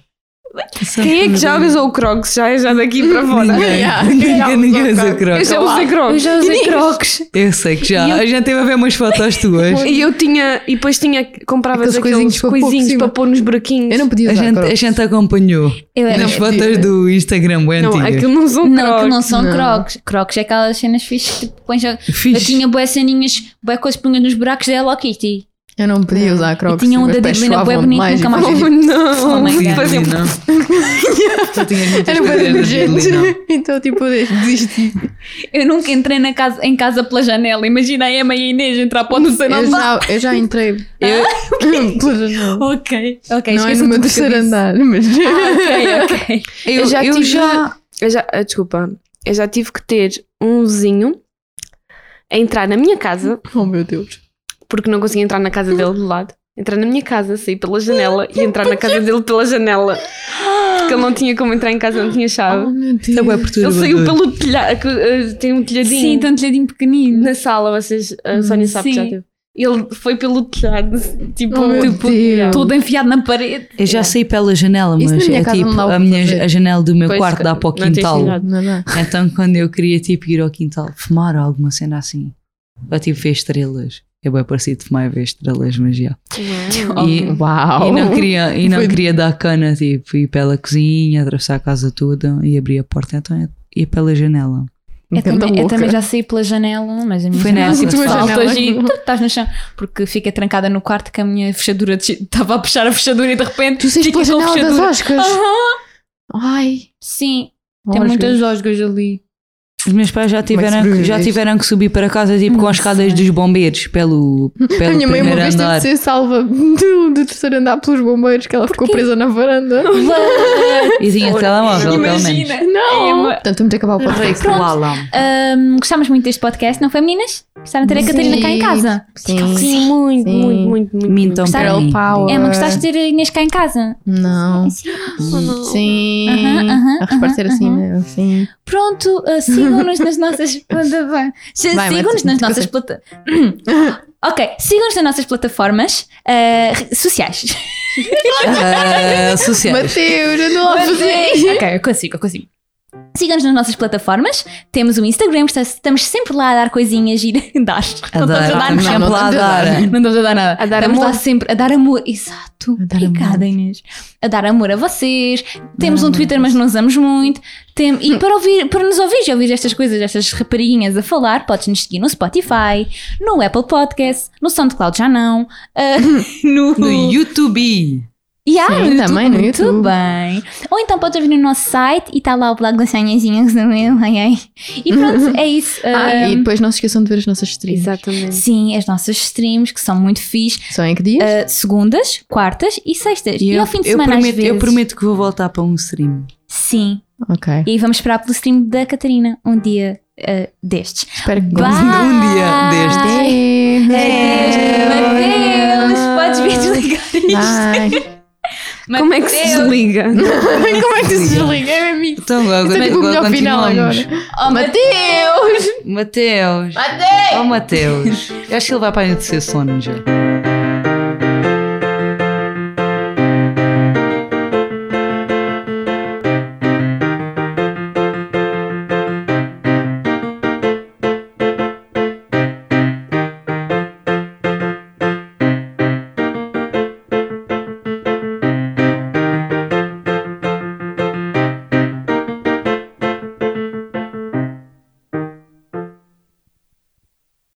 Speaker 5: Quem é que já usou o Crocs? Já, já daqui para fora.
Speaker 4: Ninguém,
Speaker 5: Yeah.
Speaker 4: ninguém, ninguém usou
Speaker 5: Eu
Speaker 4: crocs.
Speaker 5: já usei Crocs.
Speaker 1: Eu já usei crocs.
Speaker 4: Eu sei que já. A gente teve a ver umas fotos tuas.
Speaker 5: E eu tinha, e depois tinha, compravas
Speaker 3: Aqueles coisinhos
Speaker 5: aqueles,
Speaker 3: para pôr por
Speaker 5: coisinhos
Speaker 3: cima.
Speaker 5: para pôr nos buraquinhos.
Speaker 3: Eu não podia
Speaker 4: A
Speaker 3: usar
Speaker 4: gente, a
Speaker 3: crocs.
Speaker 4: gente acompanhou
Speaker 1: Eu era um
Speaker 4: nas fotos do Instagram, bem
Speaker 5: Não,
Speaker 4: antigas.
Speaker 5: aquilo não são
Speaker 1: Não, que
Speaker 5: Crocs.
Speaker 1: não são
Speaker 3: Não.
Speaker 1: crocs. Crocs é aquelas cenas fixas que tipo, pões a- Eu
Speaker 4: Fiz.
Speaker 1: tinha boas ceninhas, boas coisas punha nos buracos da Hello Kitty.
Speaker 3: Eu não podia usar crocs.
Speaker 1: tinha um
Speaker 3: meus
Speaker 1: dadinho
Speaker 3: pés
Speaker 1: ali na
Speaker 3: suavam
Speaker 1: bué bonito,
Speaker 3: demais e
Speaker 1: nunca mais
Speaker 3: fazia-
Speaker 5: Oh, não.
Speaker 1: Oh my
Speaker 5: Sim,
Speaker 1: God.
Speaker 5: fazia-
Speaker 6: Lina. Tu tinhas muitas
Speaker 3: Era bué
Speaker 6: cadeiras de Lina.
Speaker 3: detergente. Então, tipo, desisti.
Speaker 1: Eu nunca entrei na casa, em casa pela janela. Imagina a Emma e a Inês entrar para o terceiro
Speaker 3: Eu
Speaker 1: andar.
Speaker 3: já, eu já entrei. Eu... Pela janela.
Speaker 1: Ok, ok.
Speaker 3: Não é
Speaker 1: esqueça
Speaker 3: no
Speaker 1: tudo o que
Speaker 3: meu
Speaker 1: eu
Speaker 3: terceiro
Speaker 1: disse.
Speaker 3: andar, mas.
Speaker 1: Ah, ok, ok.
Speaker 4: Eu,
Speaker 5: já
Speaker 4: eu
Speaker 5: tive-
Speaker 4: já-
Speaker 5: Eu já, ah, desculpa, eu já tive que ter um vizinho a entrar na minha casa,
Speaker 3: Oh meu Deus.
Speaker 5: porque não conseguia entrar na casa dele do lado. Entrar na minha casa, sair pela janela e entrar na casa dele pela janela. Porque ele não tinha como entrar em casa, não tinha
Speaker 3: Oh
Speaker 5: chave.
Speaker 3: meu
Speaker 4: Isso é bué
Speaker 3: Deus.
Speaker 5: Ele
Speaker 4: perturbador.
Speaker 5: saiu pelo telhado, eh, tem um telhadinho
Speaker 1: Sim, tanto telhadinho pequenino.
Speaker 5: na sala, vocês, a Sónia sabe que já
Speaker 1: Sim.
Speaker 5: teve. Ele foi pelo telhado, tipo,
Speaker 1: Então,
Speaker 3: Oh, meu
Speaker 5: tipo
Speaker 3: Deus.
Speaker 1: Todo enfiado na parede.
Speaker 4: Eu já saí pela janela,
Speaker 3: Isso
Speaker 4: mas
Speaker 3: na minha
Speaker 4: é
Speaker 3: casa
Speaker 4: tipo,
Speaker 3: não dá o
Speaker 4: a,
Speaker 3: que
Speaker 4: minha,
Speaker 3: fazer.
Speaker 4: a janela do meu
Speaker 5: Pois,
Speaker 4: quarto dá para o
Speaker 5: não tens
Speaker 4: quintal.
Speaker 5: cuidado.
Speaker 3: Não dá.
Speaker 4: Então quando eu queria tipo ir ao quintal fumar ou alguma cena assim, eu tipo ver estrelas. É bem parecido fumar e ver estrelas, mas já. E,
Speaker 3: Uau.
Speaker 4: e não queria, e não
Speaker 3: Foi-
Speaker 4: queria dar cana, tipo, ir pela cozinha, atravessar a casa toda e abrir a porta, então eu ia pela janela.
Speaker 1: Eu É também, eu
Speaker 3: louca.
Speaker 1: também já saí pela janela, mas a minha
Speaker 4: Foi
Speaker 1: janela
Speaker 4: nessa,
Speaker 1: tipo,
Speaker 4: foi
Speaker 1: salta
Speaker 3: nessa.
Speaker 1: e tu estás no chão. Porque fiquei trancada no quarto que a minha fechadura de- estava a puxar a fechadura e de repente.
Speaker 3: Tu saíste
Speaker 1: fica
Speaker 3: pela
Speaker 1: com a
Speaker 3: janela das
Speaker 1: fechadura.
Speaker 3: Oscars.
Speaker 1: Aham.
Speaker 3: Ai.
Speaker 1: Sim, tem
Speaker 3: Oscars.
Speaker 1: muitas osgas ali.
Speaker 4: Os meus pais já tiveram, que, já
Speaker 3: sobreviveste?
Speaker 4: tiveram que subir para casa tipo com as escadas dos bombeiros pelo,
Speaker 3: A
Speaker 4: pelo
Speaker 3: minha mãe uma
Speaker 4: primeiro
Speaker 3: vez teve
Speaker 4: andar.
Speaker 3: de ser salva do, do terceiro andar pelos bombeiros que ela ficou presa na varanda.
Speaker 4: E tinha telemóvel, pelo menos.
Speaker 1: Imagina! Não!
Speaker 3: Portanto, temos de acabar o podcast.
Speaker 4: Pronto. Alarme.
Speaker 1: hum, gostámos muito deste podcast, não foi, meninas? Gostaram de ter a
Speaker 3: Sim.
Speaker 1: Catarina cá em casa?
Speaker 3: Sim.
Speaker 5: Sim, muito,
Speaker 3: Sim.
Speaker 5: muito, muito, muito.
Speaker 4: Mintam
Speaker 1: Gostaram?
Speaker 4: para mim. É
Speaker 3: Power.
Speaker 1: Emma, É, gostaste de ter a Inês cá em casa?
Speaker 3: Não.
Speaker 1: Sim.
Speaker 3: Sim.
Speaker 1: Aham, aham,
Speaker 3: a resposta era assim, né? Sim.
Speaker 1: Pronto, uh, sigam-nos nas nossas plataformas.
Speaker 3: Vai,
Speaker 1: Sigam-nos
Speaker 3: Marta,
Speaker 1: nas
Speaker 3: tu
Speaker 1: nossas
Speaker 3: consegues.
Speaker 1: plata... Ok, sigam-nos nas nossas plataformas uh, re- sociais.
Speaker 4: Ah, sociais.
Speaker 3: Mateus, eu não
Speaker 1: ok, eu consigo, eu consigo. é Sigam-nos nas nossas plataformas. Temos o Instagram, está- estamos sempre lá a dar coisinhas e dar. Não estamos a dar
Speaker 4: Adoro,
Speaker 1: nada.
Speaker 4: sempre
Speaker 3: não,
Speaker 4: lá
Speaker 3: não, não.
Speaker 4: adoro.
Speaker 1: Não estamos a dar nada.
Speaker 5: A dar
Speaker 1: estamos
Speaker 5: amor.
Speaker 1: lá sempre a dar amor. Exato.
Speaker 3: A dar
Speaker 1: Obrigada,
Speaker 3: amor.
Speaker 1: Inês. A dar amor a vocês. Temos um Twitter, mas não usamos muito. Tem- E para, ouvir, para nos ouvir e ouvir estas coisas, estas rapariguinhas a falar, podes-nos seguir no Spotify, no Apple Podcast, no SoundCloud já não. ah, no,
Speaker 4: No YouTube.
Speaker 1: Yeah,
Speaker 3: Sim,
Speaker 1: no YouTube,
Speaker 3: também no
Speaker 1: muito
Speaker 3: YouTube.
Speaker 1: bem. Ou então podes vir no nosso site e está lá o blog das sanhazinhas. Ai, ai. E pronto, é isso.
Speaker 3: Ah,
Speaker 1: Ah,
Speaker 3: e depois não se esqueçam de ver as nossas streams.
Speaker 5: Exatamente.
Speaker 1: Sim, as nossas streams que são muito fixe.
Speaker 3: Só em que dias?
Speaker 1: Uh, segundas, quartas e sextas. E,
Speaker 4: eu,
Speaker 1: ao fim de
Speaker 4: eu
Speaker 1: semana,
Speaker 4: prometo,
Speaker 1: às vezes.
Speaker 4: eu prometo que vou voltar para um stream.
Speaker 1: Sim.
Speaker 3: ok.
Speaker 1: E aí vamos esperar pelo stream da Catarina um dia uh, destes.
Speaker 3: Espero que
Speaker 1: Bye.
Speaker 3: gostem.
Speaker 4: Um dia destes.
Speaker 3: Adeus.
Speaker 1: Mateus, podes vir desligar isto.
Speaker 3: Bye.
Speaker 5: Como é que se
Speaker 1: Mateus.
Speaker 5: desliga?
Speaker 3: Como é que se desliga? É amigo.
Speaker 4: Então, agora,
Speaker 3: Isso é tipo o melhor final
Speaker 4: continuamos.
Speaker 1: Oh, Mateus!
Speaker 4: Mateus. Oh, Mateus. Eu acho que ele vai para a noite ser sono já.